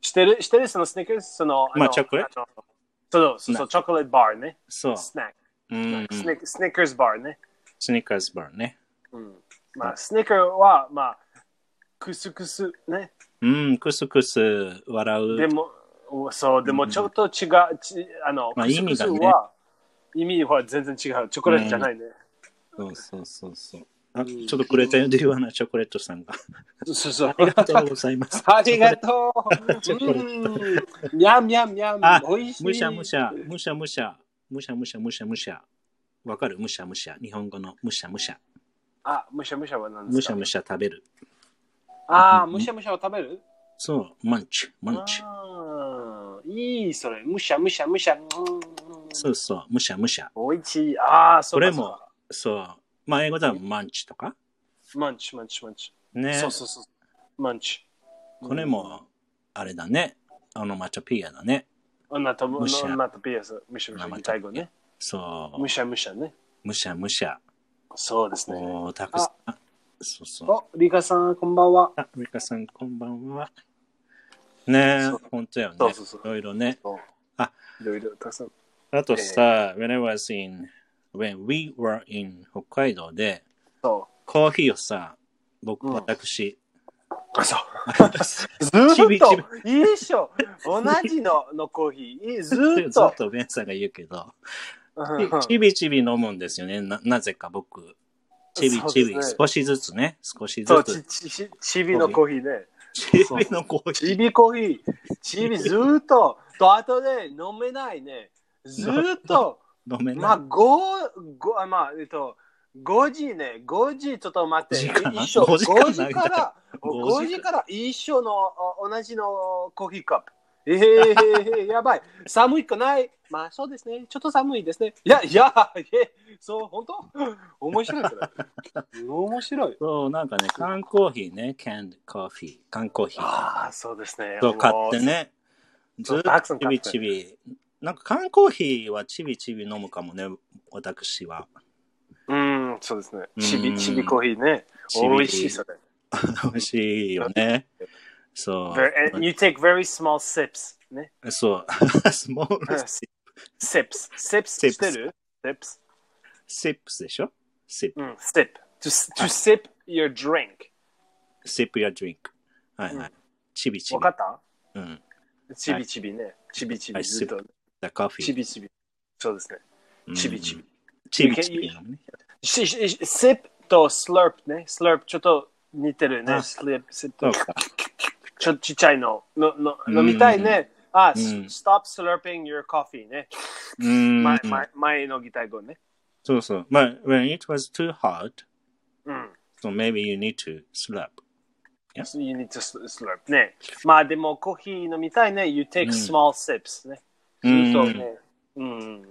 Speaker 1: してるしてるその Snickers? その、
Speaker 2: ま
Speaker 1: の
Speaker 2: あチョコレート
Speaker 1: あのそうそうそう、チョコレートバーね。
Speaker 2: そう。
Speaker 1: スナック。
Speaker 2: うん、
Speaker 1: スニックスニッカーズバーね。
Speaker 2: スニッカーズバーね。
Speaker 1: うん、まあ、スニッカーは、まあ、クスクスね。
Speaker 2: うん、クスクス笑う。
Speaker 1: でも、そう、でもちょっと違う、ちあの、
Speaker 2: まあ
Speaker 1: クスクス
Speaker 2: 意味がね
Speaker 1: は、意味は全然違う。チョコレートじゃないね。
Speaker 2: そうそうそうそう。あ、ちょっとくれたよ、ディワナチョコレートさんが。
Speaker 1: そうそう。
Speaker 2: ありがとうござい ます。
Speaker 1: ありがと
Speaker 2: チョ
Speaker 1: う。
Speaker 2: コレー
Speaker 1: うん。にゃんにゃんにゃん
Speaker 2: あ。
Speaker 1: おいしい。
Speaker 2: むしゃむしゃ、むしゃむしゃ、むしゃむしゃむしゃむしゃ。わかるむしゃむしゃ。日本語のむしゃむしゃ。
Speaker 1: あ、むしゃむしゃは何ですか
Speaker 2: むしゃむしゃ食べる。
Speaker 1: あー、むしゃむしゃを食べる
Speaker 2: そう、マンチ、マンチ。
Speaker 1: あーいい、それ。むしゃむしゃむしゃ。うん
Speaker 2: そうそう、むしゃむしゃ。
Speaker 1: おいしい。ああ、そ
Speaker 2: こ
Speaker 1: れ
Speaker 2: れ
Speaker 1: も
Speaker 2: も。、そう。まあ、英語ではマンチとか。
Speaker 1: マンチ、マンチ、マンチ。
Speaker 2: ね。
Speaker 1: そうそうそう。マンチ。
Speaker 2: これも、あれだね。あの、マチャピアだね。
Speaker 1: うん。女と
Speaker 2: むしゃ
Speaker 1: 女とピアス、むしゃむしゃ、
Speaker 2: 生
Speaker 1: 最後ね。
Speaker 2: そ
Speaker 1: むしゃむしゃね。
Speaker 2: う。むしゃむしゃ。
Speaker 1: そうですね。
Speaker 2: おー、たくさん。そうそう。
Speaker 1: お、リカさん、こんばんは。
Speaker 2: あ、リカさん、こんばんは。ねえ
Speaker 1: そう、
Speaker 2: 本当よね。
Speaker 1: そうそうそう
Speaker 2: いろいろね。
Speaker 1: お
Speaker 2: あ、
Speaker 1: いろいろたくさん。
Speaker 2: あとさ、when I was in, when we were in 北海道で、
Speaker 1: そ
Speaker 2: コーヒーをさ、僕、
Speaker 1: うん
Speaker 2: 私、
Speaker 1: う。あ、そう。ず
Speaker 2: ち
Speaker 1: ー
Speaker 2: び
Speaker 1: っと
Speaker 2: ちび、
Speaker 1: いいっしょ。同じ ののコーヒー。いいずーっ
Speaker 2: ず
Speaker 1: と
Speaker 2: っ。とベンさんが言うけど、
Speaker 1: うん
Speaker 2: ちちびちび飲むんですよね。ななぜか僕。ちびち
Speaker 1: そう
Speaker 2: び、
Speaker 1: ですね
Speaker 2: 少しずつね。少し
Speaker 1: そう、
Speaker 2: ず
Speaker 1: ちち
Speaker 2: つ。
Speaker 1: ちちびのコーヒーね。
Speaker 2: ちびのコーヒ
Speaker 1: ち
Speaker 2: ー。
Speaker 1: びコーヒー。ちびずーっと。と、あとで飲めないね。ずーっと。
Speaker 2: 飲め
Speaker 1: まあ、
Speaker 2: な
Speaker 1: 五五あ、まあ、えっと、5時ね、5時ちょっと待って、
Speaker 2: 時間
Speaker 1: 一緒、
Speaker 2: 5
Speaker 1: 5
Speaker 2: 時
Speaker 1: 時
Speaker 2: 間長い
Speaker 1: から、
Speaker 2: 5
Speaker 1: 5
Speaker 2: 時
Speaker 1: 時から一緒のお同じのコーヒーカップ。えー、 やばい。寒いくないまあそうですね。ちょっと寒いですね。いや、いや、えそう、本当面白いそれ。面白い
Speaker 2: い。。そう、なんかね、缶コーヒーね。canned coffee。缶コーヒー。
Speaker 1: ああ、そうですね。
Speaker 2: そう、買
Speaker 1: も
Speaker 2: ってね。ず
Speaker 1: そ
Speaker 2: っ
Speaker 1: うたくさ
Speaker 2: と
Speaker 1: ん
Speaker 2: ち
Speaker 1: 買っ
Speaker 2: び
Speaker 1: て
Speaker 2: ちびなんか缶コーヒーはちびちび飲むかもね、私は。
Speaker 1: うん、そうですね。ち
Speaker 2: うん
Speaker 1: び、ちびコーヒーね。
Speaker 2: ちび
Speaker 1: 美味しい、それ。
Speaker 2: 美味しいよね。そ
Speaker 1: Very- and you take very small sips. ね。
Speaker 2: う。 そう。スモー ル
Speaker 1: sips。sips
Speaker 2: シップス
Speaker 1: してる ?sips。
Speaker 2: シップスでしょシップ
Speaker 1: う、ん、sip。to, to sip your drink.
Speaker 2: シップやドリンク。はいは
Speaker 1: う
Speaker 2: い。ちびち
Speaker 1: わ
Speaker 2: び
Speaker 1: か。った
Speaker 2: うん。
Speaker 1: ちびちびね。ちびち
Speaker 2: は
Speaker 1: び
Speaker 2: い
Speaker 1: ずっと。
Speaker 2: The coffee.
Speaker 1: ちびちび。そうですね。
Speaker 2: うん
Speaker 1: ちびちび。
Speaker 2: ちびちび飲むね。
Speaker 1: ししし sip と slurp ね。slurp ちょっと似てるね。
Speaker 2: あ
Speaker 1: slip、sip
Speaker 2: そ
Speaker 1: と
Speaker 2: う。か。
Speaker 1: ちょちっちゃいののの飲みたいね。あ、
Speaker 2: うん
Speaker 1: stop slurping your coffee ね。
Speaker 2: うん。
Speaker 1: 前前前の擬態語ね。
Speaker 2: そうそう。まあ、when it was too hot,
Speaker 1: うん。
Speaker 2: so maybe you need to slap. Yeah.
Speaker 1: So you need to sl- slurp ね。まあでもコーヒー飲みたいね。You
Speaker 2: う
Speaker 1: take
Speaker 2: ん
Speaker 1: small sips ね。
Speaker 2: うん
Speaker 1: そうね。うん。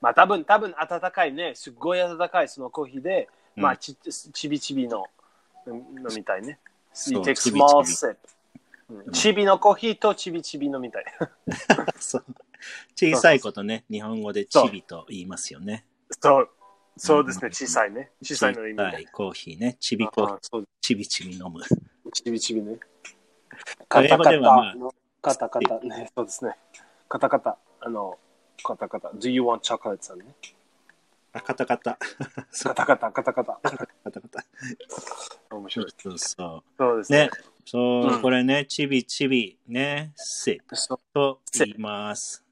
Speaker 1: まあ多分多分温かいね。すっごい温かいそのコーヒーで、
Speaker 2: うん
Speaker 1: まあちちびちびのうん飲みたいね。
Speaker 2: そ
Speaker 1: You
Speaker 2: う
Speaker 1: take
Speaker 2: ちびちび
Speaker 1: small sip. うんちびのコーヒーとちびちび飲みたい。
Speaker 2: そう。小さいことね、日本語でちびと言いますよね。
Speaker 1: そう。そうですね。小さいね。小さいの意味
Speaker 2: 小さ
Speaker 1: で。
Speaker 2: いコーヒーね。ちびコーヒ
Speaker 1: あ
Speaker 2: ー
Speaker 1: あ、そう
Speaker 2: ちびちび飲む。
Speaker 1: ちびちびね。
Speaker 2: カ
Speaker 1: カ
Speaker 2: タ
Speaker 1: タ
Speaker 2: カ
Speaker 1: カ
Speaker 2: タ
Speaker 1: タ、
Speaker 2: まあ
Speaker 1: カタカタ、ね、そうですね。カタカタ、あの、カタカタ、Do you want chocolate? さんね。
Speaker 2: あ、カタカタ。そう
Speaker 1: カタカタ、カタカタ。
Speaker 2: カタカタ。
Speaker 1: 面
Speaker 2: そ
Speaker 1: 白
Speaker 2: う
Speaker 1: い。
Speaker 2: そうそ
Speaker 1: そうです
Speaker 2: う。
Speaker 1: ね。
Speaker 2: ね。そう、
Speaker 1: うん
Speaker 2: これね、ちびちび、ね、シップ
Speaker 1: そう
Speaker 2: と言います。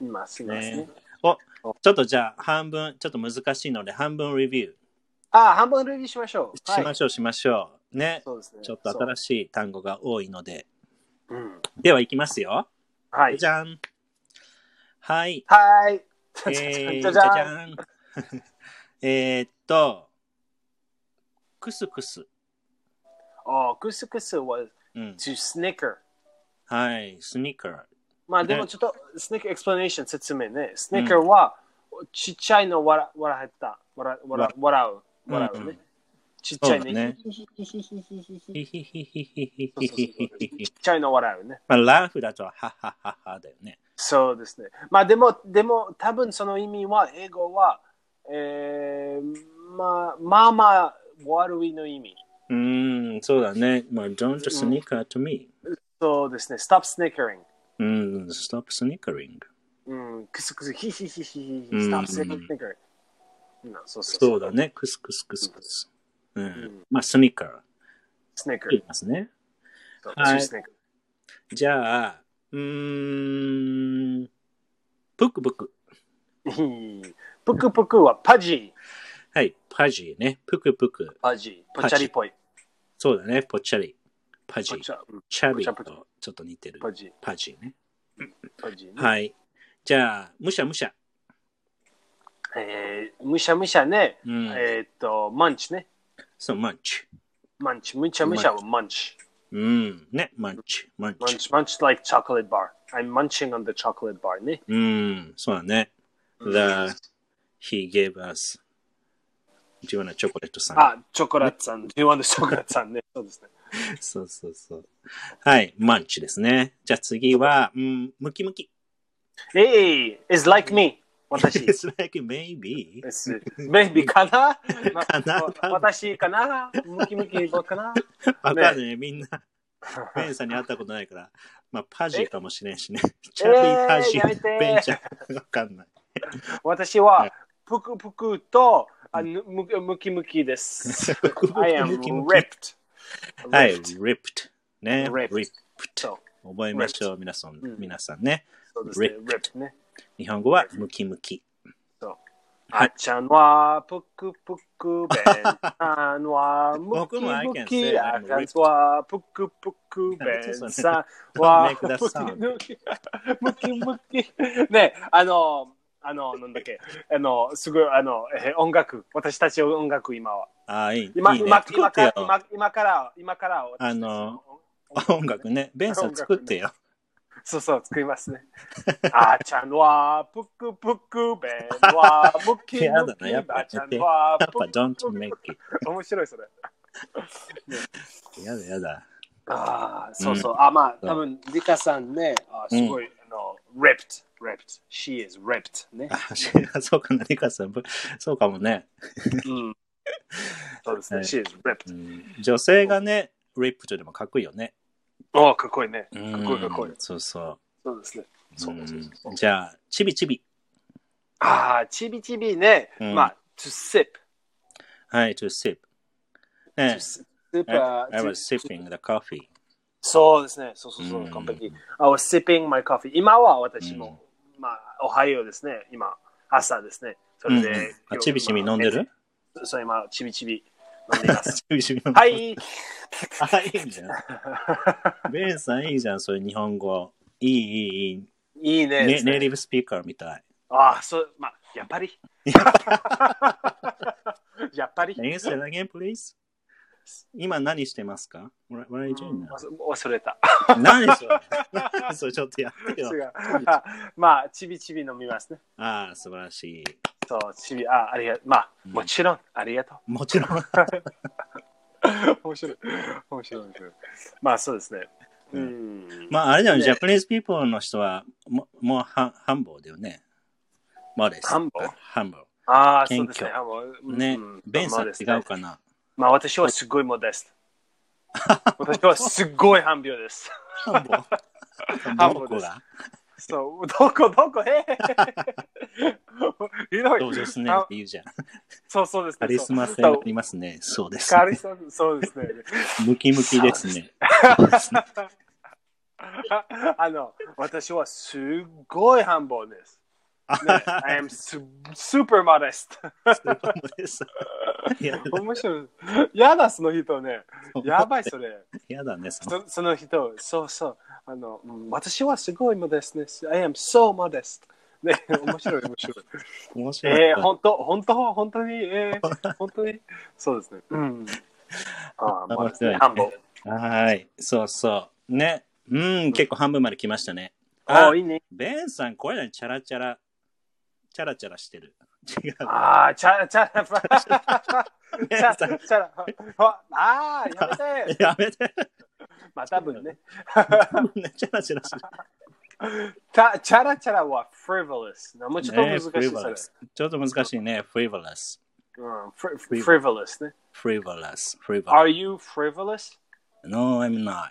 Speaker 1: いますいますね。
Speaker 2: ねお、ちょっとじゃあ、半分、ちょっと難しいので、半分レビュ
Speaker 1: ああ、半分類にしましょう。
Speaker 2: ーしま
Speaker 1: ょ
Speaker 2: しょう、しましょう。ね
Speaker 1: う。そうですね。
Speaker 2: ちょっと新しい単語が多いので。
Speaker 1: そう。うん。
Speaker 2: では、いきますよ。
Speaker 1: はい。
Speaker 2: じゃん。はい。
Speaker 1: はい。
Speaker 2: えー、じゃじ
Speaker 1: じゃん
Speaker 2: ゃん。えーっと、クスクス。
Speaker 1: おークスクス was
Speaker 2: うん。
Speaker 1: to snicker.
Speaker 2: はい、スニーカー。
Speaker 1: まあでもちょっと、スニックエクスプレネーション説明ね。スニッカーは、ちっちゃいのわら、わらへった。わら、わら、笑う。笑う
Speaker 2: うんう
Speaker 1: ね
Speaker 2: ん。
Speaker 1: ちっちゃい
Speaker 2: そうだね
Speaker 1: ね。
Speaker 2: ヒヒヒヒヒヒ
Speaker 1: そう
Speaker 2: ヒ
Speaker 1: そうそう
Speaker 2: ヒ
Speaker 1: ちっ
Speaker 2: ヒ。
Speaker 1: ちゃいの笑うね。
Speaker 2: まあ、ラフだと、ははははだよね。
Speaker 1: そうですね。まあでも、でも多分その意味は、英語は、えー、まあ、まあまあ悪いの意味。
Speaker 2: うーん、そうだね。まあ、don't snicker to me.
Speaker 1: そうですね。stop snickering.
Speaker 2: うん、stop snickering.
Speaker 1: うん、くすくす、ひひひひひ、
Speaker 2: うん
Speaker 1: stop snickering. うん、そうそう
Speaker 2: そう
Speaker 1: う。
Speaker 2: だね。クスクスクスクス。う
Speaker 1: うん
Speaker 2: ん。まあ、スニーカー。言
Speaker 1: snicker.
Speaker 2: いますね。
Speaker 1: そう
Speaker 2: はい
Speaker 1: snicker
Speaker 2: じゃあ、うーん、ぷくぷく。
Speaker 1: いいぷくぷくはパジー。
Speaker 2: はい、パジーね。ぷくぷく。
Speaker 1: パジー。ぽっちゃりっぽい。
Speaker 2: そうだね、ぽっちゃり。パジ
Speaker 1: ぽっ
Speaker 2: ー。
Speaker 1: ちゃ、うん
Speaker 2: チャビ
Speaker 1: ぽっちゃ
Speaker 2: とちょっと似てる。
Speaker 1: パジー。
Speaker 2: パジーね。
Speaker 1: パジーね。
Speaker 2: はい。じゃあ、むしゃむしゃ。
Speaker 1: えー、むしゃむしゃね。
Speaker 2: うん。
Speaker 1: えーっと、マンチね。
Speaker 2: そう、マンチ。
Speaker 1: マンチ。むしゃむしゃはマンチ。
Speaker 2: うん。ね、マンチ。マンチ。
Speaker 1: munch munch like chocolate bar. I'm munching on the chocolate bar ね。
Speaker 2: うん。そうだね。The, he gave us. Do you want a chocolate さん
Speaker 1: あ、チョコラッツさん。Do you want the チョコラッツさんね。そうですね。
Speaker 2: そうそうそう。はい、マンチですね。じゃあ次は、うん、ムキムキ。
Speaker 1: Hey, is like me. 私。
Speaker 2: It's like maybe.
Speaker 1: です。ベイビーかな
Speaker 2: かな
Speaker 1: まあ私かなムキムキ僕かな
Speaker 2: わかんない、みんな。ベンさんに会ったことないから。まあ、パジーかもしれんしね。チャビー、パジ
Speaker 1: やめて
Speaker 2: ー、ベンちゃん。わかんない。
Speaker 1: 私はぷくぷくとあぬむムキムキです。I am
Speaker 2: ムキムキ
Speaker 1: ripped.
Speaker 2: はい、
Speaker 1: Ripped.
Speaker 2: ripped。ね、
Speaker 1: Ripped
Speaker 2: ripped。
Speaker 1: そう
Speaker 2: 覚えましょう、皆さん
Speaker 1: ん
Speaker 2: 皆さんね。
Speaker 1: そうですね。ripped ね。
Speaker 2: 日本語はムキムキ。
Speaker 1: あっちゃんはぷくぷく、ベンさんはムキ
Speaker 2: 僕も I
Speaker 1: ム
Speaker 2: can
Speaker 1: キ、
Speaker 2: say
Speaker 1: あ
Speaker 2: I'm
Speaker 1: かんはぷくぷく、ベンさん
Speaker 2: Don't
Speaker 1: は
Speaker 2: make that
Speaker 1: ムキムキ、ムキムキ。ねあの、あの、なんだっけ、あの、すごい、あの、え音楽、私たち音楽今は。
Speaker 2: ああ、いい。
Speaker 1: 今、
Speaker 2: いいね
Speaker 1: 今、
Speaker 2: 作
Speaker 1: 今か
Speaker 2: って
Speaker 1: ら、
Speaker 2: よ。
Speaker 1: 今今から、今から私たち、
Speaker 2: あの音楽ね。ベンさん作ってよ。
Speaker 1: そうそう、作りますね。 あーちゃんはぷくぷく、ベンはムキ
Speaker 2: や
Speaker 1: ム
Speaker 2: だ
Speaker 1: キ、
Speaker 2: なやっぱ
Speaker 1: あーちゃんは
Speaker 2: やっ
Speaker 1: ぷ
Speaker 2: ぱ
Speaker 1: く
Speaker 2: don't make it。
Speaker 1: 面白いそれ。
Speaker 2: やだやだ。
Speaker 1: ああ、そうそう。あ、まあ、多分リカさんね、あすごい、あの、 ripped, ripped. She is ripped. ね。
Speaker 2: あ、そうかな、リカさん。ぶそうかもね。
Speaker 1: うん。そうですね。
Speaker 2: はい
Speaker 1: She is ripped.
Speaker 2: うん女性がね、リップとでもかっこいいよね。
Speaker 1: おーかっこいいね。
Speaker 2: か
Speaker 1: っこいいかっこいい
Speaker 2: そうそう。
Speaker 1: そうですね。そうそうそうそう
Speaker 2: うんじゃあ、ちびちび。
Speaker 1: ああ、ちびちびね。
Speaker 2: うん
Speaker 1: まあ、to sip.
Speaker 2: はい、to sip。
Speaker 1: to、
Speaker 2: ね
Speaker 1: sip.
Speaker 2: I,
Speaker 1: あー
Speaker 2: I was
Speaker 1: to-
Speaker 2: sipping the coffee.
Speaker 1: そうですね。そうそうそうう。
Speaker 2: ん
Speaker 1: 完璧。I was sipping my coffee. 今は私も、まあ、おはようですね。今、朝ですね。それで、
Speaker 2: うんうんあ
Speaker 1: 今日
Speaker 2: ちびちび飲んでる
Speaker 1: まあそう、今、ちびちび飲んでいま す。
Speaker 2: ちびちび飲んでる。
Speaker 1: はい。
Speaker 2: あ、いいじゃん。ベンさんいいじゃん、そういう日本語。いい、いい、いい。
Speaker 1: いいね。
Speaker 2: ね、ネイティブスピーカーみたい。
Speaker 1: ああ、そう、まあ、やっぱ り。やっぱり。
Speaker 2: Can you say that again, please? 今何してますか What what are you doing
Speaker 1: 忘忘れた。
Speaker 2: now? 何 それ 何それちょっとやってよ。
Speaker 1: あ まあ、ちびちび飲みますね。
Speaker 2: ああ、素晴らしい。
Speaker 1: そう、ちび、あ、ありがまあ、
Speaker 2: うん
Speaker 1: もちろん、ありがとう。
Speaker 2: もちろん。
Speaker 1: 面白い。面白い。面白いまあ、そうですね。う
Speaker 2: うん
Speaker 1: ん。
Speaker 2: まあ、あれだよね、
Speaker 1: ね
Speaker 2: ジャパニーズピーポーの人は、ももうは、ハンボーだよね。マレス。
Speaker 1: ハンボー
Speaker 2: ハンボ
Speaker 1: ああ、
Speaker 2: 謙
Speaker 1: そうです
Speaker 2: 虚
Speaker 1: ね。あもう
Speaker 2: ー。ね
Speaker 1: う、ん
Speaker 2: ベンさ
Speaker 1: まあ
Speaker 2: ん
Speaker 1: で
Speaker 2: 違
Speaker 1: すね
Speaker 2: うかな。
Speaker 1: まあ、私はすごいモデスト。私はすっごい半病 です。
Speaker 2: ハンボ
Speaker 1: ハ
Speaker 2: ー。
Speaker 1: ン
Speaker 2: ど
Speaker 1: ボー
Speaker 2: こ
Speaker 1: です
Speaker 2: が
Speaker 1: そう、どこどこへひどい。
Speaker 2: どうですね
Speaker 1: あ
Speaker 2: って言うじゃん。
Speaker 1: そうそうですね。
Speaker 2: カリスマ性
Speaker 1: そ
Speaker 2: が
Speaker 1: う
Speaker 2: ありますね。そうです。
Speaker 1: カリスマ、そうですね。
Speaker 2: ムキムキですね。
Speaker 1: あの、私はすっごい繁忙です。ね、I am su- super modest.
Speaker 2: です。や
Speaker 1: 面白い。やだ、その人ね。やばい、それ。
Speaker 2: やだね、その
Speaker 1: そその人、そうそう。あの、うん私はすごい modest です。I am so modest. ね、面白い、面 白い。
Speaker 2: 面白い。
Speaker 1: えー、本当、本当、本当に、えー、本当に、そうですね。うん。ああ、まあ、ね、繁忙。
Speaker 2: はい、そうそう。ね。うん、結構半分まで来ましたね。
Speaker 1: あ
Speaker 2: あ
Speaker 1: あ、いいね。
Speaker 2: ベンさん、これらチャラチャラ、チャラチャラしてる。違う。
Speaker 1: ああ、チャラチャラ。 チ
Speaker 2: ベン
Speaker 1: ャラ
Speaker 2: さ
Speaker 1: チャラ。ああー、やめて。
Speaker 2: んやめて。
Speaker 1: まあ、多分ね。
Speaker 2: チャラチャラしてる。
Speaker 1: たチャラチャラは frivolous。もうちょっと難しいそれ。
Speaker 2: ね frivolous ちょっと難しいね。frivolous。
Speaker 1: うん、fri- frivolous ね。
Speaker 2: frivolous。frivolous。
Speaker 1: Are you frivolous?
Speaker 2: No, I'm not.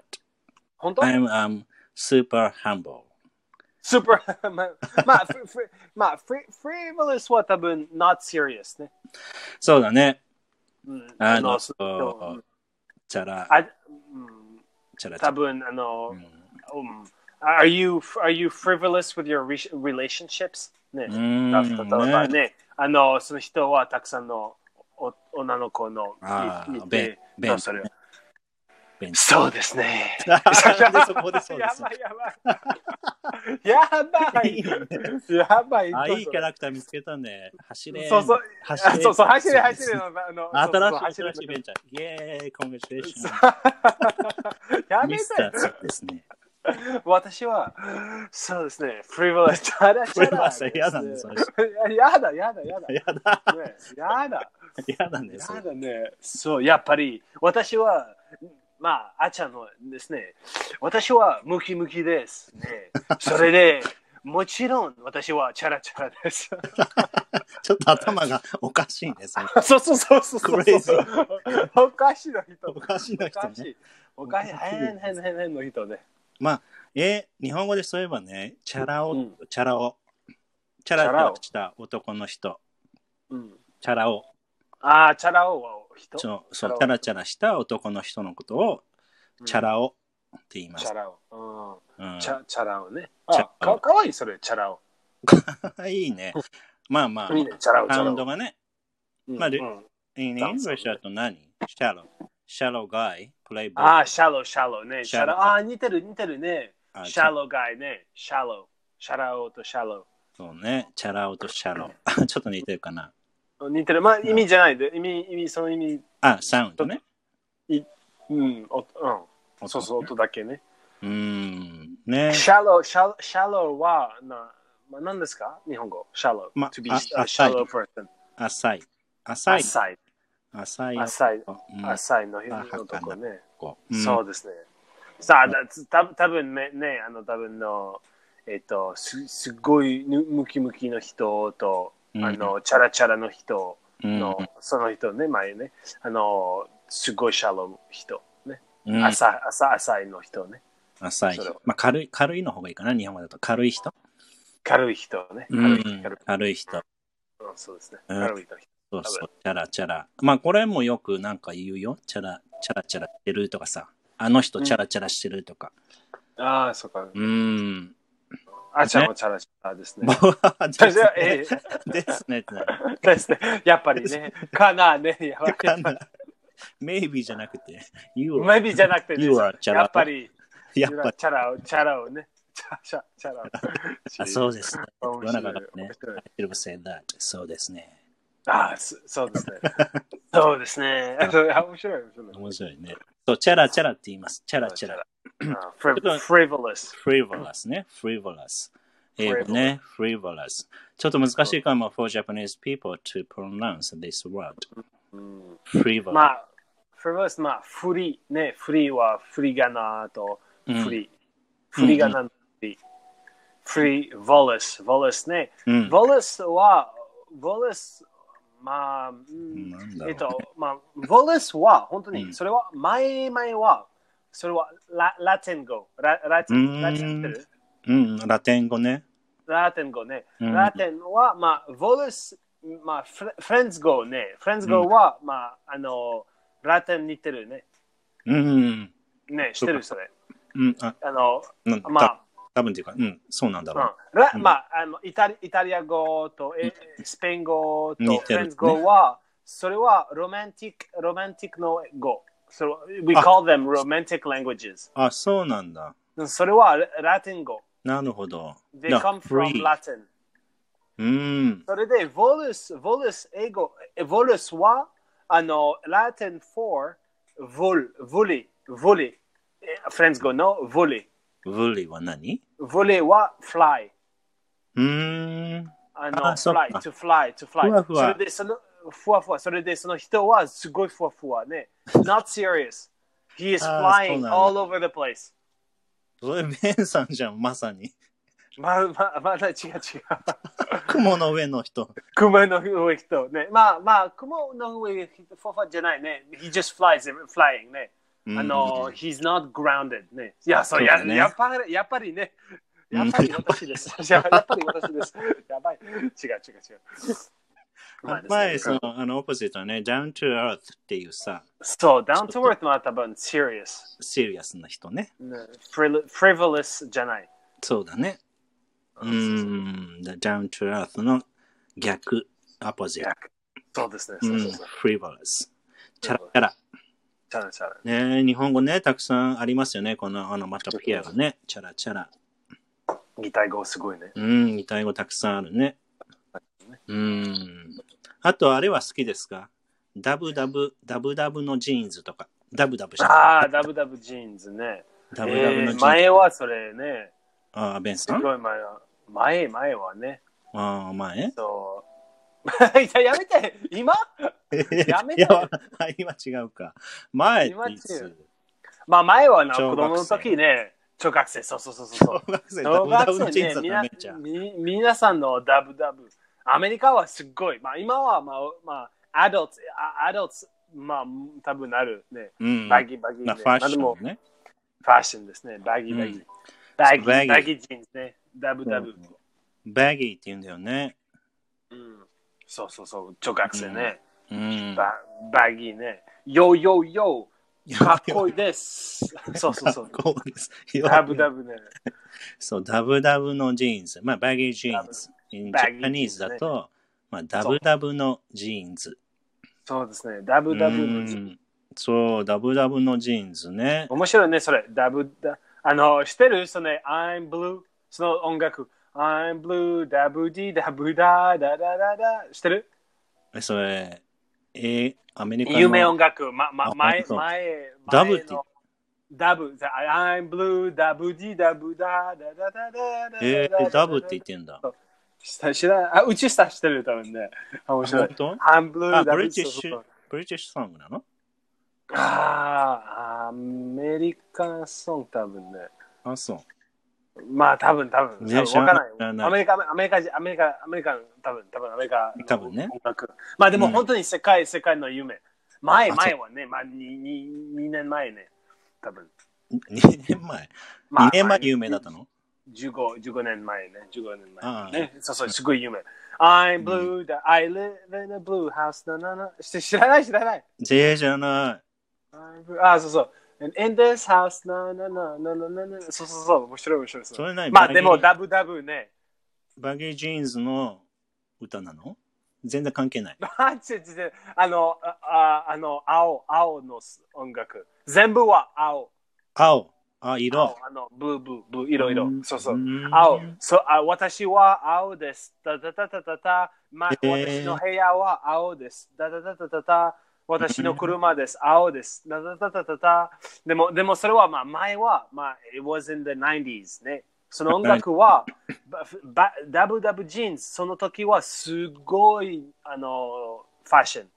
Speaker 1: 本当
Speaker 2: I'm um, super humble.
Speaker 1: ?super まあ、まあ、フフまあ、フ frivolous は多分 not serious ね。
Speaker 2: そうだね。
Speaker 1: うん、
Speaker 2: あの、
Speaker 1: そ
Speaker 2: そうチャラ、
Speaker 1: あうん
Speaker 2: チャラチ
Speaker 1: 多
Speaker 2: ャラ。
Speaker 1: 分あ
Speaker 2: う
Speaker 1: の、
Speaker 2: ん
Speaker 1: うん、Are Um, you are you frivolous with your re- relationships? ね。
Speaker 2: うん
Speaker 1: だ例えば
Speaker 2: ね
Speaker 1: ね、あの、その人はたくさんのお女の子の
Speaker 2: あー
Speaker 1: いい
Speaker 2: ベンベン
Speaker 1: そうそれ
Speaker 2: ベン
Speaker 1: そうですね。
Speaker 2: でそこでそうで
Speaker 1: や
Speaker 2: す
Speaker 1: ば。いやばい。やばい。やばい。
Speaker 2: あ、いいキャ
Speaker 1: ら。
Speaker 2: ラクター見つけたね。走れ。
Speaker 1: そうそう。
Speaker 2: 走
Speaker 1: あ
Speaker 2: れ。
Speaker 1: そうそう、走れ、走れ。。あの
Speaker 2: 新しい、
Speaker 1: そうそう
Speaker 2: 新しいベンチャー。イェーイ、コングレーション。
Speaker 1: やめ
Speaker 2: ミ
Speaker 1: て
Speaker 2: スターそうですね。
Speaker 1: 私は、そうですね、フリーボレチャラチャラ。
Speaker 2: frivolous やだねそれ
Speaker 1: やだ、 やだ、やだ。
Speaker 2: やだ、
Speaker 1: ねやだ。
Speaker 2: やだね。そ
Speaker 1: や
Speaker 2: れ
Speaker 1: だね。そう、やっぱり、私は、まあ、あちゃんのですね、私はムキムキです。ね、それで、もちろん私はチャラチャラです。
Speaker 2: ちょっと頭がおかしいね。それ
Speaker 1: そうそうそうそうそう。
Speaker 2: クレイジ
Speaker 1: おかしいの人。
Speaker 2: おかしいの
Speaker 1: お
Speaker 2: 人ね
Speaker 1: かしい。おかしい。変変変変の人ね。
Speaker 2: え、日本語でそういえばね、チャラ
Speaker 1: う
Speaker 2: 男
Speaker 1: ん、
Speaker 2: チャラ男。チャラチャラした男の人。
Speaker 1: うん。
Speaker 2: チャラ男。
Speaker 1: ああ、チャラ男は人。チ
Speaker 2: そう、そう
Speaker 1: チ
Speaker 2: チャ
Speaker 1: ャ
Speaker 2: ラ
Speaker 1: ラ
Speaker 2: チャラした男の人のことを、チャラ男って言いま
Speaker 1: チ
Speaker 2: す
Speaker 1: ャ。ラ男。
Speaker 2: う
Speaker 1: うんん。チャチャラ男ね。
Speaker 2: チャ
Speaker 1: あ、かかわいいそれ、チャラ
Speaker 2: いいね。まあまあ
Speaker 1: 男。い、いね、チャラ男。チ
Speaker 2: サ
Speaker 1: ャ
Speaker 2: ウ
Speaker 1: ラ
Speaker 2: ンド
Speaker 1: 男
Speaker 2: がね。
Speaker 1: うん
Speaker 2: まあで
Speaker 1: うん
Speaker 2: In
Speaker 1: ダンス
Speaker 2: English だと何 ?shallow。shallow guy, playboy.
Speaker 1: ああ、シャロー、シャローね。
Speaker 2: シ
Speaker 1: シ
Speaker 2: ャ
Speaker 1: ャ
Speaker 2: ロ
Speaker 1: ロー。
Speaker 2: ー
Speaker 1: ああ、似てる、似てるね。
Speaker 2: あ
Speaker 1: シャローガイね。シャロー。シャラオとシャロ
Speaker 2: そうね。チャラ男とシャロー。ちょっと似てるかな。
Speaker 1: ー。似てる。まあ、意味じゃないで。意味、意味、その意味。
Speaker 2: あ、サウンドね。
Speaker 1: うん、おうん。そうそう、音だけね。
Speaker 2: う。うーん。ね。
Speaker 1: シャロー、シャロー、シャローは、な、まあ、何ですか日本語。シャロー。
Speaker 2: ま
Speaker 1: to be
Speaker 2: あ
Speaker 1: a
Speaker 2: 浅い
Speaker 1: shallow person.
Speaker 2: 浅い。浅い。
Speaker 1: 浅い。
Speaker 2: 浅い。
Speaker 1: 浅い。
Speaker 2: うん
Speaker 1: 浅いの日
Speaker 2: あ
Speaker 1: 本のとこね。
Speaker 2: こううん
Speaker 1: そうですね。さあ、だつた多分ね、ね、あの、多分の、えっと、すすっごいぬムキムキの人と、
Speaker 2: うん
Speaker 1: あの、チャラチャラの人の、
Speaker 2: うん
Speaker 1: その人ね、前ね、あの、すごいシャローの人、ね、
Speaker 2: うん
Speaker 1: 浅浅浅いの人ね、
Speaker 2: 浅い
Speaker 1: それは。
Speaker 2: まあ、軽い、軽いの方がいいかな、日本語だと。軽い人。
Speaker 1: 軽い人ね、
Speaker 2: う
Speaker 1: 軽い、
Speaker 2: ん
Speaker 1: 軽い、
Speaker 2: 軽い人。
Speaker 1: うんそうですね、
Speaker 2: うん
Speaker 1: 軽いの人。
Speaker 2: そうそう、チャラチャラ。まあ、これもよくなんか言うよ。チャラ、チャラチャラしてるとかさ。あの人、
Speaker 1: うん
Speaker 2: チャラチャラしてるとか。
Speaker 1: ああ、そうか。
Speaker 2: う ーん。
Speaker 1: あちゃんはチャラチャラですね。
Speaker 2: です
Speaker 1: じゃあ
Speaker 2: ね
Speaker 1: え。
Speaker 2: です ねってなる。
Speaker 1: ですね。やっぱりね。かなね。やばい。
Speaker 2: かな。Maybe じゃなくて、You are,
Speaker 1: メビじゃなくてね、
Speaker 2: You are チャラ
Speaker 1: やっぱり、
Speaker 2: やっぱり。
Speaker 1: チャラを、チャラをね。チャチャチャラを。
Speaker 2: あそうですね。世
Speaker 1: 面
Speaker 2: の
Speaker 1: 白い
Speaker 2: 中がね
Speaker 1: 面白い。
Speaker 2: I should have said that. そうですね。
Speaker 1: ああ、そそうです ね。そうですね。あそうあ面白い、面白い。
Speaker 2: 面白いね。そう、チャラチャラって言います。チャラチャラ。
Speaker 1: あフリフリボレス。
Speaker 2: frivolous ね。frivolous。英語ね。frivolous。ちょっと難しいかも。for Japanese people to pronounce this word.
Speaker 1: うん、
Speaker 2: frivolous。
Speaker 1: まあ、フリボレス、まあ、フリー、ね、フリーはフリガナとフ
Speaker 2: うん
Speaker 1: リー。フリガナのフリー。フリー、ボレス、ボレスね。
Speaker 2: うん
Speaker 1: ボレスは、ボレス、まあ、うん
Speaker 2: なんだろう
Speaker 1: えっと、まあ、ボレスは、本当
Speaker 2: うん
Speaker 1: に、それは、前々は、それはラ、ラテン語。ラ、ラテ
Speaker 2: うー
Speaker 1: ン、
Speaker 2: ん
Speaker 1: ラテンってる
Speaker 2: うん、ラテン語ね。
Speaker 1: ラテン語ね。
Speaker 2: うん
Speaker 1: ラテンは、まあ、ボレス、まあ、フレフレンズ語ね。フレンズ語は、まあ、あの、ラテン似てるね。
Speaker 2: うん。
Speaker 1: ね、知ってる、それ。
Speaker 2: うん、あ、
Speaker 1: あの、
Speaker 2: なん
Speaker 1: まあ
Speaker 2: た、多分っていうか、うん、そうなんだろう。
Speaker 1: うんラ
Speaker 2: うん
Speaker 1: まあ、あのイタリイタリア語とえスペイン語
Speaker 2: 似
Speaker 1: とフ
Speaker 2: てる
Speaker 1: ランス語は、それはロマンティックロマンティックの語。So we call them romantic languages.
Speaker 2: あ、そうなんだ。
Speaker 1: それはララテン語。
Speaker 2: なるほど。
Speaker 1: They
Speaker 2: だ
Speaker 1: come from
Speaker 2: free
Speaker 1: Latin.
Speaker 2: うん。
Speaker 1: それで、ボルス、ボルス、英語、ボルスは、あの、ラテン ah, for、vol、volley、volley。えフランス語の volley。
Speaker 2: ブリは何
Speaker 1: volley は fly。
Speaker 2: うーん。
Speaker 1: あ
Speaker 2: あ
Speaker 1: の、
Speaker 2: そっか
Speaker 1: fly, to fly, to fly.
Speaker 2: ふわふわ
Speaker 1: それで、その、ふわふわ。それで、その人はすごいふわふわね。not serious. He is
Speaker 2: あーそう
Speaker 1: flying
Speaker 2: なんだ
Speaker 1: all over the place.
Speaker 2: それ、ベンさんじゃん、まさに。
Speaker 1: まあまあ、まだ違う違う。
Speaker 2: 雲の上の人。
Speaker 1: 雲の上人ね。まあまあ、雲の上人、ふわふわじゃないね。He just flies, flying ね。
Speaker 2: うん
Speaker 1: あ
Speaker 2: Mm.
Speaker 1: の、he's not grounded ね。いや、そう、
Speaker 2: そ
Speaker 1: や
Speaker 2: うだね
Speaker 1: やっぱり、やっぱりね。
Speaker 2: うん
Speaker 1: やっぱり私です。 ややっぱり私です。やばい。違う違う違う。
Speaker 2: やっ
Speaker 1: ですね
Speaker 2: ぱり、その、あの、オポジットはね、down to earth っていうさ、
Speaker 1: そう、ダウントワートは多分 serious、
Speaker 2: シリアスな人ね。
Speaker 1: frivol- frivolous じゃない。
Speaker 2: そうだね。うーん。で down to earth の逆、アポジット。
Speaker 1: そうですね、
Speaker 2: う
Speaker 1: そうそ
Speaker 2: ん
Speaker 1: うそう。。
Speaker 2: frivolous。チャラチャラ。
Speaker 1: チャラチャラ。
Speaker 2: ね日本語ね、たくさんありますよね。この、あの、またピアがね、チャラチャラ。
Speaker 1: 擬態語すごいね。
Speaker 2: うん、擬態語たくさんあるね。うん。あと、あれは好きですかダブダブ、ダブダブのジーンズとか。ダブダブして
Speaker 1: ああ、ダブダブジーンズね。
Speaker 2: ダブ
Speaker 1: え
Speaker 2: ダブのジ
Speaker 1: ー
Speaker 2: ーンズ。
Speaker 1: 前はそれね、
Speaker 2: ああ、ベン
Speaker 1: す
Speaker 2: さん
Speaker 1: ごい前は。前、前はね。
Speaker 2: ああ、前
Speaker 1: そう。 いや、やめて今やめて
Speaker 2: いや、今違うか。前ってい
Speaker 1: 今違
Speaker 2: つ
Speaker 1: うまあ前はな、子
Speaker 2: 小学生
Speaker 1: 供の時ね、小学生、そうそうそうそう。
Speaker 2: 小学生ダ
Speaker 1: 小
Speaker 2: ブダブ
Speaker 1: 学
Speaker 2: のジーン
Speaker 1: 生
Speaker 2: ズ
Speaker 1: ね
Speaker 2: だめっちゃ。
Speaker 1: みなみ皆さんのダブダブ。アメリカはすっごい。まあ今はまあ、まあ、アドルツ、アドルツ、まあ多分なるね。
Speaker 2: うん。
Speaker 1: バギーバギー、ね。
Speaker 2: まあファッシ
Speaker 1: まあでも
Speaker 2: ョンね。
Speaker 1: ファッションですね。バギーバギー。
Speaker 2: うん
Speaker 1: バギー
Speaker 2: バギー
Speaker 1: バギージーンズね。ダブダブ。
Speaker 2: バギーって言うんだよね。
Speaker 1: うんそうそうそう。女学生ね。
Speaker 2: うん。
Speaker 1: ババギーね。ヨーヨーヨー。かっこいい です。そうそうそう。
Speaker 2: こうです。
Speaker 1: ダブダブね。
Speaker 2: そう、ダブダブのジーンズ。まあ、バギージーンズ。in
Speaker 1: バギー
Speaker 2: Japanese だと、まあ、ダブダブのジーンズ。
Speaker 1: そうですね。ダブダブのジーンズ
Speaker 2: うんそう、ダブダブのジーンズね。
Speaker 1: 面白いね、それ。ダブダ。あの、知ってるそのね、I'm blue。その音楽。I'm blue, ダブディ、ダブダ、ダダダダ。知ってる
Speaker 2: えそれ、えーアメリカの。
Speaker 1: 夢音楽。ま、ま、
Speaker 2: あ
Speaker 1: 前、
Speaker 2: そう
Speaker 1: 前、
Speaker 2: ダブディ
Speaker 1: 前のダブ。I'm blue, ダブディ、ダブダ、ダダダダダ。
Speaker 2: えーダブって言ってんだ。
Speaker 1: て。知らない。あ、うちさ知ってる、多分ね。あ面白い
Speaker 2: 本。当
Speaker 1: I'm blue,
Speaker 2: あ、
Speaker 1: ダ
Speaker 2: ブ
Speaker 1: ブ
Speaker 2: リ
Speaker 1: デ
Speaker 2: テ
Speaker 1: ィ
Speaker 2: ィ
Speaker 1: そう
Speaker 2: ッシ
Speaker 1: そうそ
Speaker 2: ュ
Speaker 1: う。、
Speaker 2: ブリティッシュソングなの
Speaker 1: ああ、アメリカンソング多分ね。
Speaker 2: あ、そう。
Speaker 1: まあ、多分多分。多
Speaker 2: ね
Speaker 1: 分わかんない
Speaker 2: 知らない
Speaker 1: アメリカ、アメリカ人、アメリカ、アメリカン、多分、多分、アメリカの
Speaker 2: 多分ね
Speaker 1: 音楽。まあ、でも
Speaker 2: うん
Speaker 1: 本当に世界、世界の夢。前、
Speaker 2: あ
Speaker 1: 前はね、まあ、にに二年前ね。多分。
Speaker 2: 2年前。
Speaker 1: まあ
Speaker 2: 2年前有名だったの
Speaker 1: 15, 15年前ね、15年
Speaker 2: ああ
Speaker 1: 前ね。そうそう、すごい有名。I'm blue,、I live in a blue house, ななな。して知らない、知らない。
Speaker 2: J じゃない。
Speaker 1: I'm blue- ああ、そうそう。And in this house, ななななななな。そうそうそう、面白い、面白い。
Speaker 2: それ何
Speaker 1: まあ、
Speaker 2: バギー
Speaker 1: でも、ダブダブね。
Speaker 2: バギージーンズの歌なの全然関係ない。
Speaker 1: マジで、あの、あああの、青、青の音楽。全部は青。
Speaker 2: 青。あ、色
Speaker 1: 青。あの、ブーブー、ブー、いろいろ
Speaker 2: ん。
Speaker 1: そうそう。
Speaker 2: ん
Speaker 1: 青。そうあ私は青です。たたたたたた。ま
Speaker 2: えー
Speaker 1: 私の部屋は青です。たたたたたた。私の車です。青です。たたたたたた。でも、でもそれは、まあ、前は、まあ、it was in the 90s ね。その音楽は、ばばダブダブジーンズ、その時はすごい、あの、ファッション。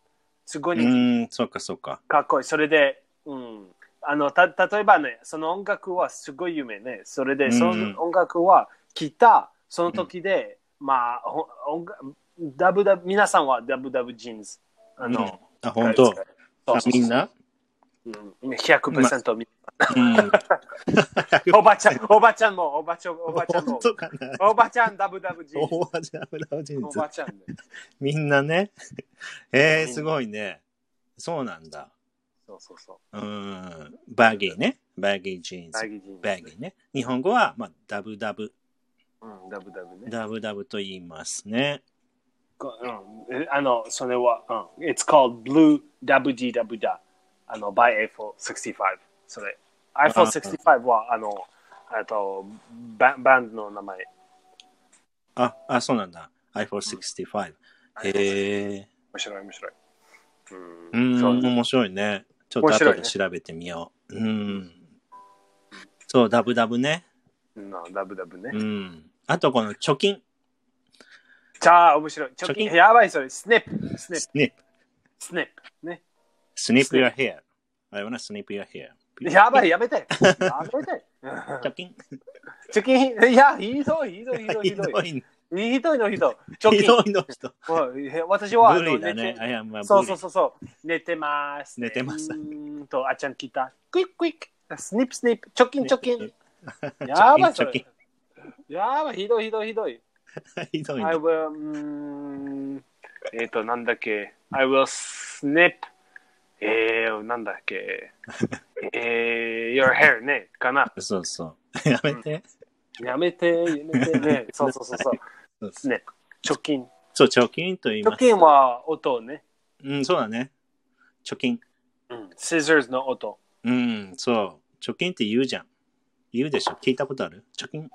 Speaker 1: すご
Speaker 2: う
Speaker 1: い人気
Speaker 2: ーん、そうかそうか。
Speaker 1: かっこいい。それで、うん。あの、た、例えばね、その音楽はすごい有名ね。それ
Speaker 2: う
Speaker 1: で、
Speaker 2: んうん
Speaker 1: その音楽はギター、その時で、まあ、ほ音楽ダブダブ、皆さんはダブダブジーンズ。あ
Speaker 2: う
Speaker 1: の
Speaker 2: ん、あ、本当。
Speaker 1: そう
Speaker 2: あ
Speaker 1: そうそう
Speaker 2: みんな
Speaker 1: うん、100%み、
Speaker 2: うん。
Speaker 1: おばちゃん、おばちゃんも、おばちゃん、おばちゃん
Speaker 2: 本
Speaker 1: も。
Speaker 2: 当かな
Speaker 1: おばちゃん、ダブダブジーンズ。
Speaker 2: 大味油人
Speaker 1: おばちゃんね、
Speaker 2: みんなね。えー、
Speaker 1: うん
Speaker 2: すごいね。そうなんだ。
Speaker 1: そうそうそう
Speaker 2: ーん。バギーね。バギージーン
Speaker 1: う。ダ
Speaker 2: ズ。
Speaker 1: ギジーンズ。
Speaker 2: バギーね。日本語は、まあ、ダブダブ。
Speaker 1: うん、ダブダブね。
Speaker 2: ダブダブと言いますね。
Speaker 1: うん、えあの、それは、うん、It's called Blue WGW だ。あの、by A465。それ。i465 は、あの、あとバ、バンドの名前。
Speaker 2: あ、あ、そうなんだ。i465。へえ
Speaker 1: 面白い、面白い。
Speaker 2: ー。う
Speaker 1: うん、そ
Speaker 2: ーん、
Speaker 1: う
Speaker 2: 面白いね。ちょっと
Speaker 1: 面白
Speaker 2: 後
Speaker 1: いね
Speaker 2: で調べてみよう。うん。そう、ダブダブね。
Speaker 1: うん、ダブダブね。
Speaker 2: うん。あと、この貯金。
Speaker 1: じゃあ、面白い。ちょっと、
Speaker 2: 貯金
Speaker 1: やばい、それ。スネップ、スネップ、
Speaker 2: スニップ。
Speaker 1: スネップ。ね。
Speaker 2: スニップ your hair. I wanna snip your hair.
Speaker 1: やばい、やめて。 やめて。
Speaker 2: 貯金。
Speaker 1: 貯金、いや、ひどい、ひどい、ひどい、
Speaker 2: ひ
Speaker 1: ひ
Speaker 2: ど
Speaker 1: どい。
Speaker 2: い。
Speaker 1: ひどいの、ひどい。貯
Speaker 2: ひ
Speaker 1: 金
Speaker 2: どいの人。
Speaker 1: うんへ。私は、あ
Speaker 2: ブ
Speaker 1: の
Speaker 2: リだね
Speaker 1: ね。
Speaker 2: I am a
Speaker 1: そうそう
Speaker 2: bully.
Speaker 1: そうそう。寝てます、
Speaker 2: 寝てます
Speaker 1: うーんと、あちゃん来た。クイックイック。スニップスニップ。チョキンチョキン。やばいそ
Speaker 2: 貯金
Speaker 1: れ。やばい、ひどいひどいひどい。
Speaker 2: ひどい
Speaker 1: I
Speaker 2: ね。
Speaker 1: will, うーんえっと、なんだっけ。I will snip. えー、なんだっ け。えー、your hair ね。かな。
Speaker 2: そうそう。やめて。
Speaker 1: やめて、やめて ね。そうそうそうそう。
Speaker 2: そう
Speaker 1: スニップ。チョキン。
Speaker 2: そう、貯金と言い
Speaker 1: チ
Speaker 2: ま
Speaker 1: ョ
Speaker 2: す。
Speaker 1: キンは音をね。
Speaker 2: うん、そうだね。貯金。
Speaker 1: うん。scissors の音。
Speaker 2: うん、そう。貯金って言うじゃん。言うでしょ。聞いたことある貯金。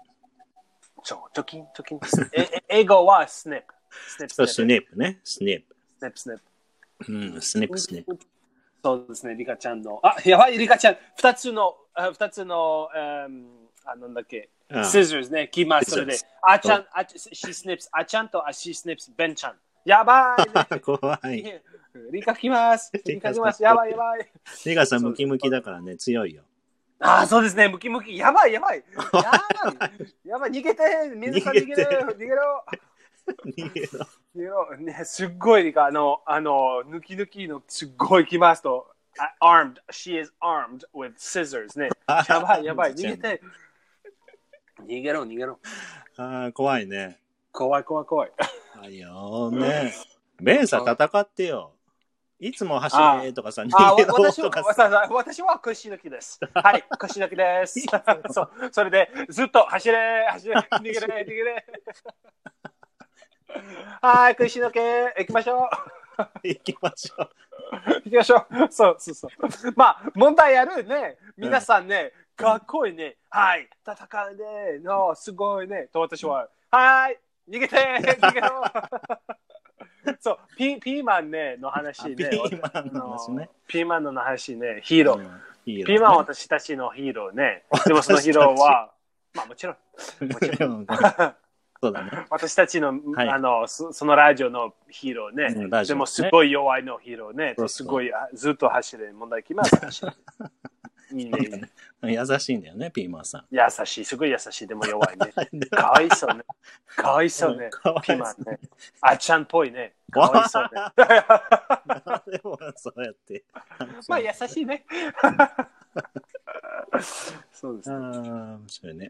Speaker 1: ちょ、チョキン、チョキン。え え英語はスニップ。スニップ。
Speaker 2: そう、スニップね。スニッ
Speaker 1: スネップスネップ。
Speaker 2: プ。うん、スニップ、スニップ。
Speaker 1: そうですね、リカちゃんの。あ、やばい、リカちゃん。二つの、あ二つの、うんあ、なんだっけ。
Speaker 2: ああ
Speaker 1: scissors ね、来ます。それで
Speaker 2: Scissors。
Speaker 1: あちゃん、あち、she snips。あちゃんと、あ、she snips。ベンちゃん。やば
Speaker 2: 怖
Speaker 1: い、
Speaker 2: い。
Speaker 1: ね。リカ来ます。リカ来ます。やばい、やばい。
Speaker 2: リガさん、ムキムキだからね、強いよ。
Speaker 1: あ、そうですね、ムキムキ。やばい、やばい。やばい。やばい、逃げて。皆さん逃げろ。逃げろ。
Speaker 2: 逃げろ
Speaker 1: 逃げろ。ね、すっごい、リカ、あの、あの、抜き抜きの、すっごい来ますと。あ armed. She is armed with scissors ね。 やば いや ばい、逃げ。て。逃げろ、逃げろ。
Speaker 2: ああ、怖いね。
Speaker 1: 怖い怖い怖い。
Speaker 2: あよーね。ベンさん、戦ってよ。いつも走れとかさ、
Speaker 1: あ、
Speaker 2: 逃
Speaker 1: わ
Speaker 2: げろ
Speaker 1: 私は
Speaker 2: とか
Speaker 1: わさ
Speaker 2: さ。
Speaker 1: さ私は腰抜きです。はい、腰抜きです。 そう、それでずっと走れ、走れ、逃げれ、逃げ れ。はい、腰抜け、行きましょう。
Speaker 2: 行きまし ょう。
Speaker 1: 行きましょう。 そうそうそう。 まあ、問題あるね。皆さんね、かっこいいね。はい、戦うね。の、すごいね。と私は、はい、逃げて、逃げろ。そう、 ピピーマンね、の話ね。
Speaker 2: ピーマンの話ね
Speaker 1: あの。ピーマンの話ね、ヒーロー。
Speaker 2: いいよ
Speaker 1: ピーマンは私たちのヒーローね。でもそのヒーローは、まあもちろん、
Speaker 2: うん そうだね。
Speaker 1: 私たちの、
Speaker 2: はい
Speaker 1: あの、そそのラジオのヒーローね。
Speaker 2: うんラジオ
Speaker 1: でもすごい弱いのヒーローね。
Speaker 2: そう
Speaker 1: す
Speaker 2: そう
Speaker 1: ごい、あずっと走れ、問題きます。走れいいね。いいね
Speaker 2: 優しいんだよね、ピーマ ンさん。
Speaker 1: 優しい、すごい優しい、でも弱い ね。かわいそうね。かわいそうね。
Speaker 2: かわい
Speaker 1: ピ
Speaker 2: そう
Speaker 1: ーマンね。あっちゃんっぽいね。か
Speaker 2: わ
Speaker 1: わいそうね。
Speaker 2: でも、そう やって。
Speaker 1: まあ、優しい ね。そうです
Speaker 2: あ
Speaker 1: ね。
Speaker 2: あ、面白いね。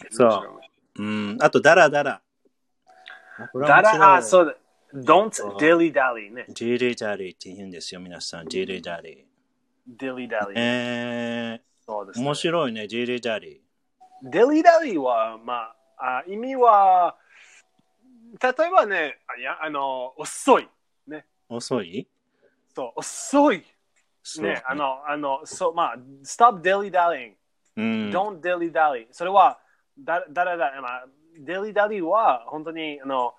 Speaker 1: 面
Speaker 2: そ
Speaker 1: 白い。
Speaker 2: う。うん。あと、ダラダラ。
Speaker 1: だら、あ、
Speaker 2: う。
Speaker 1: そうだ。
Speaker 2: そう
Speaker 1: Don't dilly dally ね。
Speaker 2: ジーリーダリーって言うんですよ、皆さん。ジーリーダリ
Speaker 1: dilly
Speaker 2: ー。
Speaker 1: dally。
Speaker 2: え
Speaker 1: そうで
Speaker 2: ー、
Speaker 1: すね。
Speaker 2: 面白いね、ジーリーダリー。
Speaker 1: dilly dally は、まあ、あ意味は、例えばね、あいや、あの、遅い。
Speaker 2: 遅い
Speaker 1: そう、遅い。
Speaker 2: そう
Speaker 1: ね、あ、の、あの、そう、まあ、stop dilly dallying。
Speaker 2: うん。
Speaker 1: don't dilly dally それはだだらだら、まあ、dilly dally は本当にあの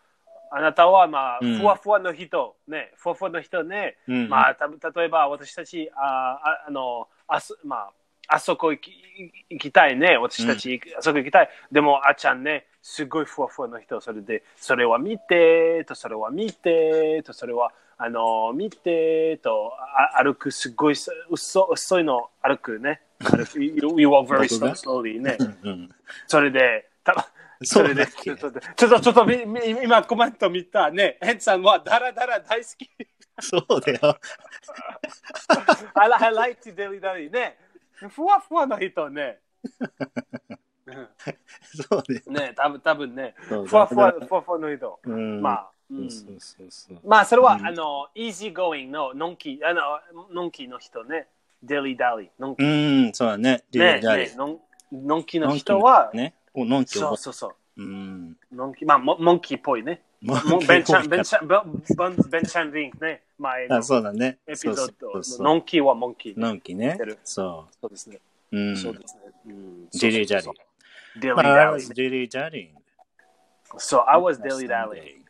Speaker 1: あなたはまあ、
Speaker 2: うん
Speaker 1: ふわふわの人ねふわふわの人ね、
Speaker 2: うん
Speaker 1: まあた例えば私たちあああのあそまああそこ行き行きたいね私たち、あそこ行きたいでもあちゃんねすごいふわふわの人それでそれは見てとそれは見てとそれはあの見てとあ歩くすごいそ遅遅いの歩くね歩く you, you walk very
Speaker 2: 僕
Speaker 1: slow,
Speaker 2: が
Speaker 1: slowly ね
Speaker 2: うん、
Speaker 1: それで、たま、
Speaker 2: そ
Speaker 1: そうれ
Speaker 2: だ
Speaker 1: で、
Speaker 2: っ
Speaker 1: ち
Speaker 2: け
Speaker 1: ょっと、ちょっと、ちょっとみみ今コメント見たね。ヘンさんはダラダラ大好き。
Speaker 2: そうだよ。
Speaker 1: I, li- I like to dilly dally ね。ふわふわの人ね。う
Speaker 2: そうだよ。
Speaker 1: ん ね、多分多分ね。
Speaker 2: そう
Speaker 1: ふわふわ、
Speaker 2: だから
Speaker 1: ふわふわの人。
Speaker 2: うん、
Speaker 1: まあ、う
Speaker 2: そうんそうそうそう。
Speaker 1: まあ、それは、
Speaker 2: うん
Speaker 1: あの、easy going の、のんき、あの、のんきの人ね。dilly dally。のんき。
Speaker 2: うん、そうだね。ジーリ
Speaker 1: ね、
Speaker 2: ーダリ
Speaker 1: ね
Speaker 2: ー。、
Speaker 1: のんのんきの人は、
Speaker 2: ね。お、のんき
Speaker 1: そう
Speaker 2: 覚
Speaker 1: そうそう。
Speaker 2: え。うん。
Speaker 1: のんき、まあ、モモンキーっぽい ね。
Speaker 2: も
Speaker 1: もうベンチャン、ベンチャン、ベンベンチャンリンクね、前の
Speaker 2: あ、
Speaker 1: エ
Speaker 2: そうだね。
Speaker 1: ピソード
Speaker 2: そうそう
Speaker 1: の。
Speaker 2: そ
Speaker 1: ノ
Speaker 2: う。
Speaker 1: ンキーはモンキー。
Speaker 2: のんきね
Speaker 1: てる。
Speaker 2: そ
Speaker 1: そうですね。
Speaker 2: う。うん。
Speaker 1: そうですね。うん
Speaker 2: ジーリーダリー。
Speaker 1: デリ
Speaker 2: まあ、I
Speaker 1: ダ
Speaker 2: was
Speaker 1: リ。
Speaker 2: dilly dallying.
Speaker 1: そう、I was dilly dally。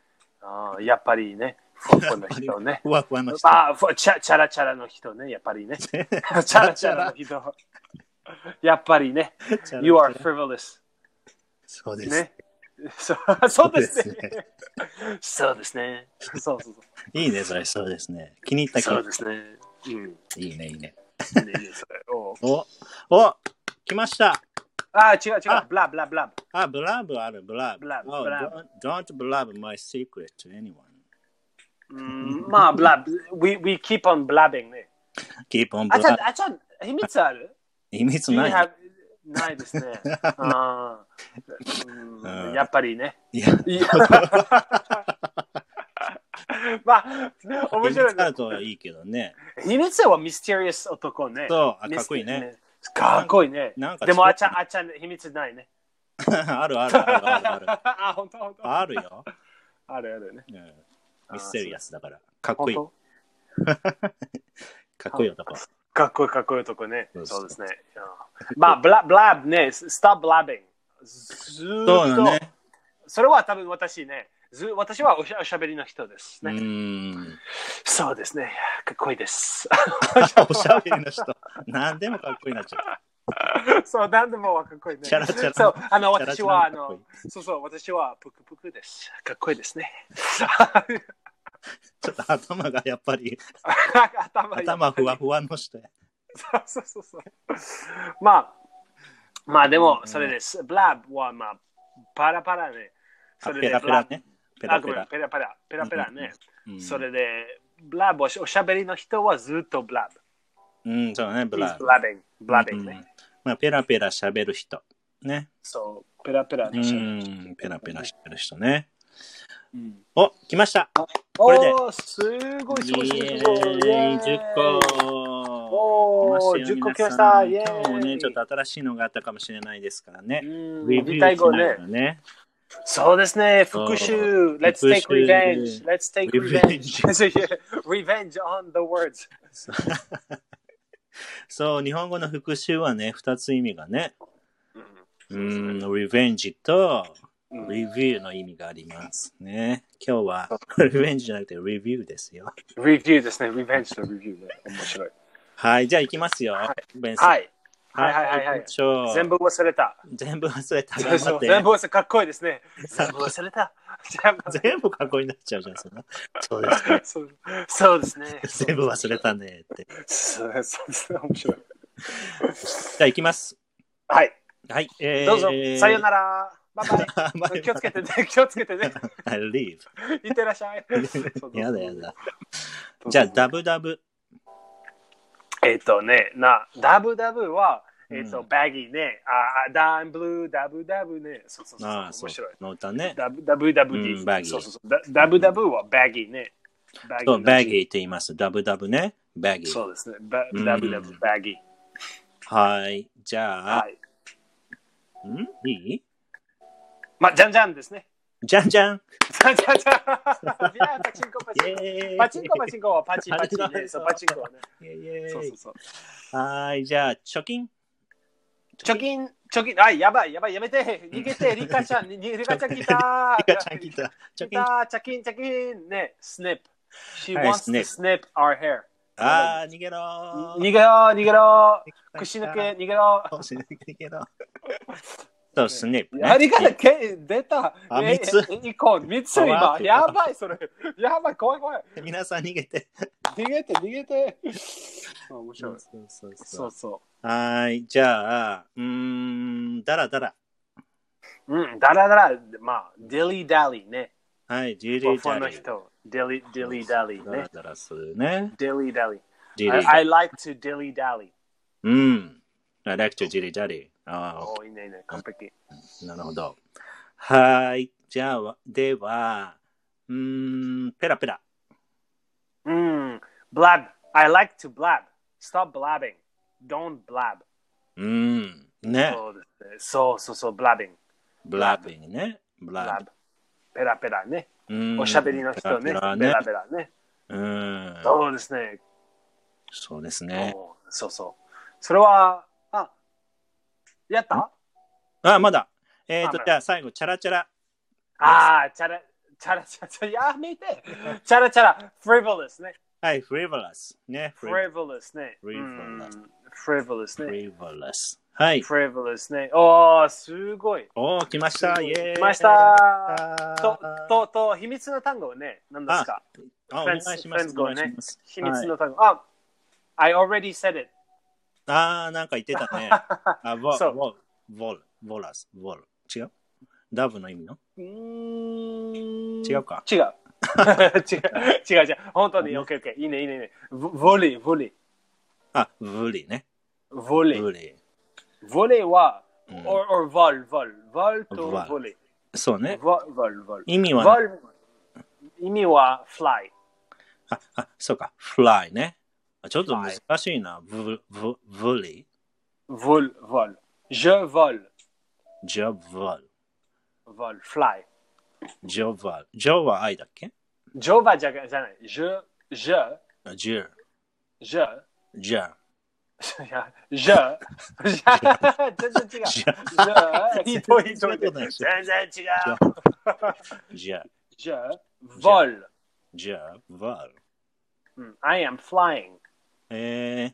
Speaker 1: あー Ah, やっぱりね、フォーフォの人ね。
Speaker 2: ふわふわの人。
Speaker 1: あーフォチャチャラチャラの人ね、やっぱ りね。チャラチャラの人。やっぱりね。You are frivolous.
Speaker 2: そ うです。
Speaker 1: ね。そうそうです
Speaker 2: そう
Speaker 1: ね。 そうですね。そうそうそう
Speaker 2: いいね、それ、そうですね。気に入った気
Speaker 1: そう
Speaker 2: に
Speaker 1: ですね。うん。
Speaker 2: いいね、いいね。
Speaker 1: いいですお
Speaker 2: お、お、来ました。
Speaker 1: ああ、違う違う
Speaker 2: あ。
Speaker 1: ブラブラブラ。
Speaker 2: あ、ブラブある、ブラブ。
Speaker 1: ブラブ
Speaker 2: Oh,
Speaker 1: ブラ
Speaker 2: don't, don't blab my secret to anyone.
Speaker 1: うんまあ、ブラブ、we, we keep on blabbing ね。
Speaker 2: Keep on
Speaker 1: あちゃん
Speaker 2: blab.、
Speaker 1: あちゃん、秘密ある
Speaker 2: 秘密
Speaker 1: Do you
Speaker 2: ない
Speaker 1: have- ないです ね。あー
Speaker 2: う
Speaker 1: うんんやっぱりね。
Speaker 2: いや、
Speaker 1: いや まあ、面白い
Speaker 2: 秘密あ
Speaker 1: ね
Speaker 2: る。といいけどね。
Speaker 1: 秘密はミステリアス男ね。
Speaker 2: そうあ
Speaker 1: ミステリアス
Speaker 2: かっこいい
Speaker 1: かっこいいね。
Speaker 2: ね。なんか
Speaker 1: でも、あちゃん、あちゃん、秘密ないね。
Speaker 2: あるあるあるあるある。
Speaker 1: あ、本当本当。
Speaker 2: あるよ。
Speaker 1: あるあるね。
Speaker 2: うんミステリアスだから。かっこいい。
Speaker 1: 本
Speaker 2: かっこいい男。
Speaker 1: 当かっこいいかっこいいとこね。
Speaker 2: そうそう
Speaker 1: そうですね。いやまあ、ブラブラブね、stop blabbing。ずーっと。
Speaker 2: そうだね。
Speaker 1: それは多分私ね、ず私はおしゃおしゃべりの人です
Speaker 2: う
Speaker 1: ね。
Speaker 2: ーん。
Speaker 1: そうですね。かっこいいです。
Speaker 2: おしゃべりの人。何でもかっこいいなっちゃった。
Speaker 1: そう、何でもかっこいいね。
Speaker 2: チャラチャラ
Speaker 1: そう、あの、
Speaker 2: チャラ
Speaker 1: 私
Speaker 2: チャラ
Speaker 1: は、あ
Speaker 2: かっこいい
Speaker 1: の、そうそう、私はぷくぷくです。かっこいいです ね。
Speaker 2: ちょっと頭がやっぱり、
Speaker 1: 頭いい
Speaker 2: 頭ふわふわの人や。
Speaker 1: そうそうそう。まあ、まあでも、それです。ブラブは、まあ、パラパラね。
Speaker 2: あ
Speaker 1: それ
Speaker 2: ペ
Speaker 1: で
Speaker 2: ラペラね。
Speaker 1: ブ
Speaker 2: ペ
Speaker 1: ラ
Speaker 2: ラ
Speaker 1: あご
Speaker 2: ペ
Speaker 1: めん
Speaker 2: ラ。
Speaker 1: ペラペラ、ペラペラね。
Speaker 2: うん
Speaker 1: それで、ブラブはおしゃべりの人はずっとブラブ。
Speaker 2: うん、そうだね、ブ
Speaker 1: He's。
Speaker 2: ラ
Speaker 1: blabbing, blabbing
Speaker 2: う
Speaker 1: ね
Speaker 2: ん。まあ、ペラペラ喋る人。ね。
Speaker 1: そう、ペラペラ
Speaker 2: う
Speaker 1: でしょ。
Speaker 2: ん、ペラペラ喋る人ね。
Speaker 1: うん
Speaker 2: お、来ました。
Speaker 1: お
Speaker 2: これで
Speaker 1: ーすごいす
Speaker 2: イ
Speaker 1: ごいすごい
Speaker 2: エ
Speaker 1: すごい
Speaker 2: ー
Speaker 1: イエー
Speaker 2: イ、
Speaker 1: イ
Speaker 2: 10個。
Speaker 1: おー
Speaker 2: 来
Speaker 1: 10個
Speaker 2: ま
Speaker 1: 来まし
Speaker 2: よ
Speaker 1: たイ
Speaker 2: 皆
Speaker 1: エ
Speaker 2: さん
Speaker 1: ーイ
Speaker 2: 今日もね、ちょっと新しいのがあったかもしれないですから
Speaker 1: う
Speaker 2: ね。
Speaker 1: ん
Speaker 2: レビュ
Speaker 1: リ
Speaker 2: ー
Speaker 1: タイ
Speaker 2: し
Speaker 1: 語
Speaker 2: なが
Speaker 1: ね
Speaker 2: らね。
Speaker 1: そうですね
Speaker 2: そう
Speaker 1: 復讐 Let's take
Speaker 2: 復讐
Speaker 1: revenge Let's take revenge
Speaker 2: Revenge
Speaker 1: Revenge on the words
Speaker 2: そう、日本語の復習はね、2つ意味がね。う
Speaker 1: そうですね
Speaker 2: ん、リベンジと
Speaker 1: うん
Speaker 2: レビューの意味がありますね。今日はリベンジじゃなくてレビューですよ。
Speaker 1: Review ですね Revenge と Review ね面白い
Speaker 2: はい、じゃあ行きますよ。ベンさん
Speaker 1: はいはいはいはいは
Speaker 2: 行き
Speaker 1: い
Speaker 2: ましょう
Speaker 1: 全部忘れた
Speaker 2: 全部忘れた。
Speaker 1: そう
Speaker 2: 頑
Speaker 1: そ
Speaker 2: 張
Speaker 1: う
Speaker 2: って
Speaker 1: 全部忘れかっこいいですね全部忘れた全部
Speaker 2: 全部過去になっちゃうじゃん、その。そうですね。
Speaker 1: そうそうですね
Speaker 2: 全部忘れたねって。
Speaker 1: そうそうですね面白い
Speaker 2: じゃあ行きます。
Speaker 1: はい。
Speaker 2: はい。えー
Speaker 1: どうぞ、さよなら。バイバイ。
Speaker 2: ら。バイ
Speaker 1: 気をつけてね、気をつけてね。
Speaker 2: バイ I'll leave.
Speaker 1: いってらっしゃい。
Speaker 2: やだやだ。じゃあ、ダブダブ。
Speaker 1: えっとね、な、ダブダブは、えっ
Speaker 2: う
Speaker 1: と、
Speaker 2: ん
Speaker 1: バギーね、あ、ダンブルー、ダブダブね。そうそうそう、
Speaker 2: あ
Speaker 1: 面
Speaker 2: あ、そう
Speaker 1: 白い。。
Speaker 2: の歌ね。
Speaker 1: ダブダブダブデ
Speaker 2: う
Speaker 1: ィ。
Speaker 2: んバギー
Speaker 1: そうそうそう。ダダブダブはバギーね。バ
Speaker 2: そう、
Speaker 1: の
Speaker 2: バギーって言います。ダブダブね。バギー。
Speaker 1: そうですね。バ
Speaker 2: うん
Speaker 1: ダブダブ、バギー。
Speaker 2: はい。じゃあ
Speaker 1: は、い。
Speaker 2: んいい
Speaker 1: まあ、じゃんじゃんですね。
Speaker 2: じゃんじゃん
Speaker 1: じゃんじ ゃんじゃん。いや、パチンコパ
Speaker 2: イ
Speaker 1: チンコ。
Speaker 2: ェーイ
Speaker 1: パチンコパチンコはパチンパチ
Speaker 2: あ
Speaker 1: ン
Speaker 2: りがと
Speaker 1: ね。
Speaker 2: う
Speaker 1: そう、パチンコはね。
Speaker 2: イェーイ
Speaker 1: そうそうそう。
Speaker 2: はい。じゃあ、貯金。
Speaker 1: 貯金、貯金、あ、やばい、やばい、やめて、逃げて、リカちゃん、に リカちゃん来た
Speaker 2: リカちゃん来た。貯
Speaker 1: 来
Speaker 2: 金。
Speaker 1: た貯金、貯金、ね、スネップ。She
Speaker 2: はい
Speaker 1: wants to snip our hair.
Speaker 2: あー、逃げろ
Speaker 1: 逃
Speaker 2: ー。
Speaker 1: げろ、逃げろ、
Speaker 2: 口
Speaker 1: 串抜け、逃げろ。
Speaker 2: そう、スネープ、ね。
Speaker 1: やり方け出た。
Speaker 2: あ
Speaker 1: え
Speaker 2: 三つ
Speaker 1: え一個、三つ
Speaker 2: パワ
Speaker 1: 今
Speaker 2: ーアッ。プ
Speaker 1: やばい、それ。やばい、怖い、怖い。
Speaker 2: 皆さん逃げて。
Speaker 1: 逃げて、逃げて。あ面白い。
Speaker 2: そうそうそう
Speaker 1: そうそ
Speaker 2: はーい。じゃあ、うーん、だらだら。
Speaker 1: う。うん、だらだら、まあ、ディリーダリーね。
Speaker 2: はい、ジリ
Speaker 1: フ
Speaker 2: ー
Speaker 1: ァ
Speaker 2: ダ
Speaker 1: ンの
Speaker 2: リー。
Speaker 1: 人。ディリー、ディリーダリー
Speaker 2: だら
Speaker 1: ね。
Speaker 2: だらするね。
Speaker 1: ディリーダリー。
Speaker 2: ジリー
Speaker 1: I, I like to dilly dally.
Speaker 2: うん。I like to ジリーダリー。あ
Speaker 1: おーいいねいいね、完璧。
Speaker 2: あ、なるほど。はーい。じゃあ、では、うーん、ペラペラ。
Speaker 1: うん。blab. Mm, I like to blab. Stop blabbing. Don't blab. Oh,
Speaker 2: うん。ね。
Speaker 1: そうですね。そうそうそう、blabbing.
Speaker 2: ブラッビンね。ブラ
Speaker 1: blab. Mm, ペラペラね。
Speaker 2: ッビン。
Speaker 1: おしゃべりの人ね。
Speaker 2: ペ
Speaker 1: ペ
Speaker 2: ラ
Speaker 1: ラ
Speaker 2: ペラ
Speaker 1: ペ
Speaker 2: ね。
Speaker 1: ラね。
Speaker 2: うん。
Speaker 1: そうですね。
Speaker 2: そうですね。
Speaker 1: おーそうそう。それは、あ、やった
Speaker 2: あ、まだ。えっ、と
Speaker 1: ま、だ
Speaker 2: じゃあ最後、チャラチャラ。
Speaker 1: ああ、チャラ、チャラチャラチャラ、やめて。 チャラチャラ、frivolous ね。
Speaker 2: はい、フリ v o l o u s ね。フリ v
Speaker 1: frivolous ね。うん frivolous
Speaker 2: frivolous
Speaker 1: ね。
Speaker 2: o l o u s はい。
Speaker 1: frivolous ね。おー、すごい。
Speaker 2: おー、来ました。イェーイ。
Speaker 1: 来ました。
Speaker 2: あー
Speaker 1: と、と、と、秘密の単語をね、何ですか
Speaker 2: あお願いします。
Speaker 1: Friends- Friends
Speaker 2: お願い
Speaker 1: Go ね
Speaker 2: します。
Speaker 1: 秘密
Speaker 2: はい
Speaker 1: の単語。あ、I already said it.
Speaker 2: あー、なんか言ってた ね。あ、ボ、
Speaker 1: そう
Speaker 2: ボ、ボル、ボラス、ボル。違うダブの意味の
Speaker 1: うーん
Speaker 2: 違うか
Speaker 1: 違う。 違う、違う、違う。本当に、オッケーオッケー。いいね、いいね、いいね。ボボレー、ボレー。
Speaker 2: あ、ブリね。
Speaker 1: ボ
Speaker 2: ブ
Speaker 1: レー。
Speaker 2: リ。
Speaker 1: ボレーは、
Speaker 2: うん
Speaker 1: or, or, vol, vol. vol と
Speaker 2: Vol
Speaker 1: ボレ
Speaker 2: そう
Speaker 1: ー。
Speaker 2: ね。
Speaker 1: vol, vol, vol.
Speaker 2: 意味は、
Speaker 1: vol 意味は、fly。
Speaker 2: あ、あ、そうか。fly ね。あちょっと難しいな。ブ、ブ、ブリ。
Speaker 1: vol, vol. je vol,
Speaker 2: ジョブワル。
Speaker 1: vol, fly.
Speaker 2: ジョブワル。ジョは愛だっけ
Speaker 1: Jova じゃじゃない。je, je,
Speaker 2: あジュー。
Speaker 1: je.
Speaker 2: ジャー。
Speaker 1: いや、じゃあ、じゃあ、全然違う。
Speaker 2: じ
Speaker 1: じ
Speaker 2: ゃ
Speaker 1: ゃあ、ひどい、ひどい。全然違う。
Speaker 2: ジャー。
Speaker 1: じゃあ、vol.
Speaker 2: ジャー。ワル。
Speaker 1: うん、I am flying.
Speaker 2: えー、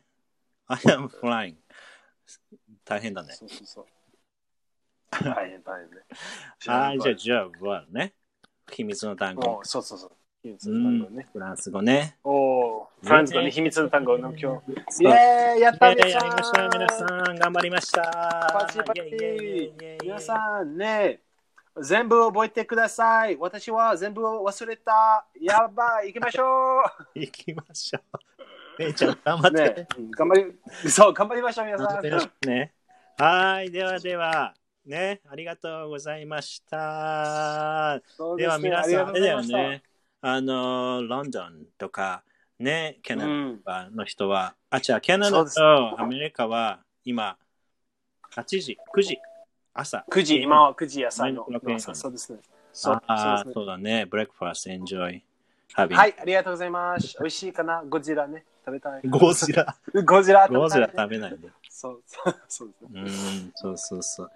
Speaker 2: I am flying. 大変だね。
Speaker 1: そうそうそう。大変、大変ね。
Speaker 2: はい、じゃあ、ジャー。ワルね。秘密の単
Speaker 1: も
Speaker 2: 語。
Speaker 1: う、そうそうそう。秘密
Speaker 2: う
Speaker 1: の単語
Speaker 2: ん
Speaker 1: ね。、
Speaker 2: フランス語ね。
Speaker 1: おー、フランス語
Speaker 2: ね
Speaker 1: ね、秘密の単語の今日。イ
Speaker 2: そう
Speaker 1: ェーイ、やった
Speaker 2: イェー
Speaker 1: 皆
Speaker 2: イ
Speaker 1: さ
Speaker 2: やりました。
Speaker 1: ん
Speaker 2: 皆さん、頑張りました。
Speaker 1: パチパチ
Speaker 2: イェイイェイイェイイェイ
Speaker 1: 皆さんね、全部覚えてください。私は全部忘れた。やばい、行きましょう。
Speaker 2: 行きましょう。めいちゃん、頑張って。
Speaker 1: ね、うん頑張り、そう、頑張りましょう、皆さ
Speaker 2: 頑張りまし
Speaker 1: ん。
Speaker 2: ょうね。はい、ではでは、ね、ありがとうございました。
Speaker 1: そう
Speaker 2: では
Speaker 1: ね
Speaker 2: 皆
Speaker 1: あり
Speaker 2: さ
Speaker 1: が
Speaker 2: ん、
Speaker 1: とうご
Speaker 2: あれだ
Speaker 1: ざい
Speaker 2: よ
Speaker 1: ました
Speaker 2: ね。あの、ロンドンとか、ね、キャ
Speaker 1: う
Speaker 2: ナ
Speaker 1: ん、
Speaker 2: ダの人は、あ、じゃあ、キャナ
Speaker 1: そう
Speaker 2: ダ
Speaker 1: です
Speaker 2: とアメリカは今、8時、9時、朝。
Speaker 1: 9時、今は9時や
Speaker 2: 前
Speaker 1: 最
Speaker 2: の
Speaker 1: 後
Speaker 2: クラップ。
Speaker 1: そうそうですね。そう
Speaker 2: あ
Speaker 1: そう
Speaker 2: あ、
Speaker 1: ですね
Speaker 2: そうだね。ブレックファースト、エンジョイ、ハビン。
Speaker 1: はい、ありがとうございます。美味しいかなゴジラね。食べたい。
Speaker 2: ゴ ジラ、
Speaker 1: ゴジラ食べたい、ね。
Speaker 2: ゴジラ食べないで。
Speaker 1: そう、そうそうですね。
Speaker 2: うん、そうそうそう。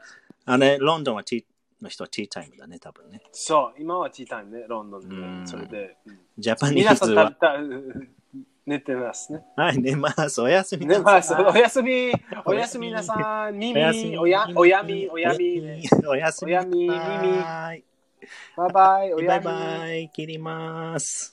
Speaker 2: あれ、ロンドンはティーの人はティータイムだね、多分ね。
Speaker 1: そう、今はティータイムね、ロンドンで
Speaker 2: う
Speaker 1: ね。
Speaker 2: ん
Speaker 1: それで、うん
Speaker 2: ジャパニ
Speaker 1: 皆
Speaker 2: ー
Speaker 1: さん
Speaker 2: ズ
Speaker 1: 食べ
Speaker 2: は。
Speaker 1: たい、うん寝てますね。
Speaker 2: はい、寝ます。おやすみな
Speaker 1: ね、
Speaker 2: さい。
Speaker 1: まあ、そうおやすみ、
Speaker 2: お
Speaker 1: お
Speaker 2: や
Speaker 1: や
Speaker 2: す
Speaker 1: す
Speaker 2: み
Speaker 1: みなさ ん、
Speaker 2: おやす
Speaker 1: 耳、
Speaker 2: み
Speaker 1: おや、おやみ、おやみね、
Speaker 2: おやす
Speaker 1: お
Speaker 2: み。
Speaker 1: やみ
Speaker 2: バイバイ
Speaker 1: バイバイ、お
Speaker 2: バ
Speaker 1: や
Speaker 2: イ
Speaker 1: み。
Speaker 2: バイ。切ります。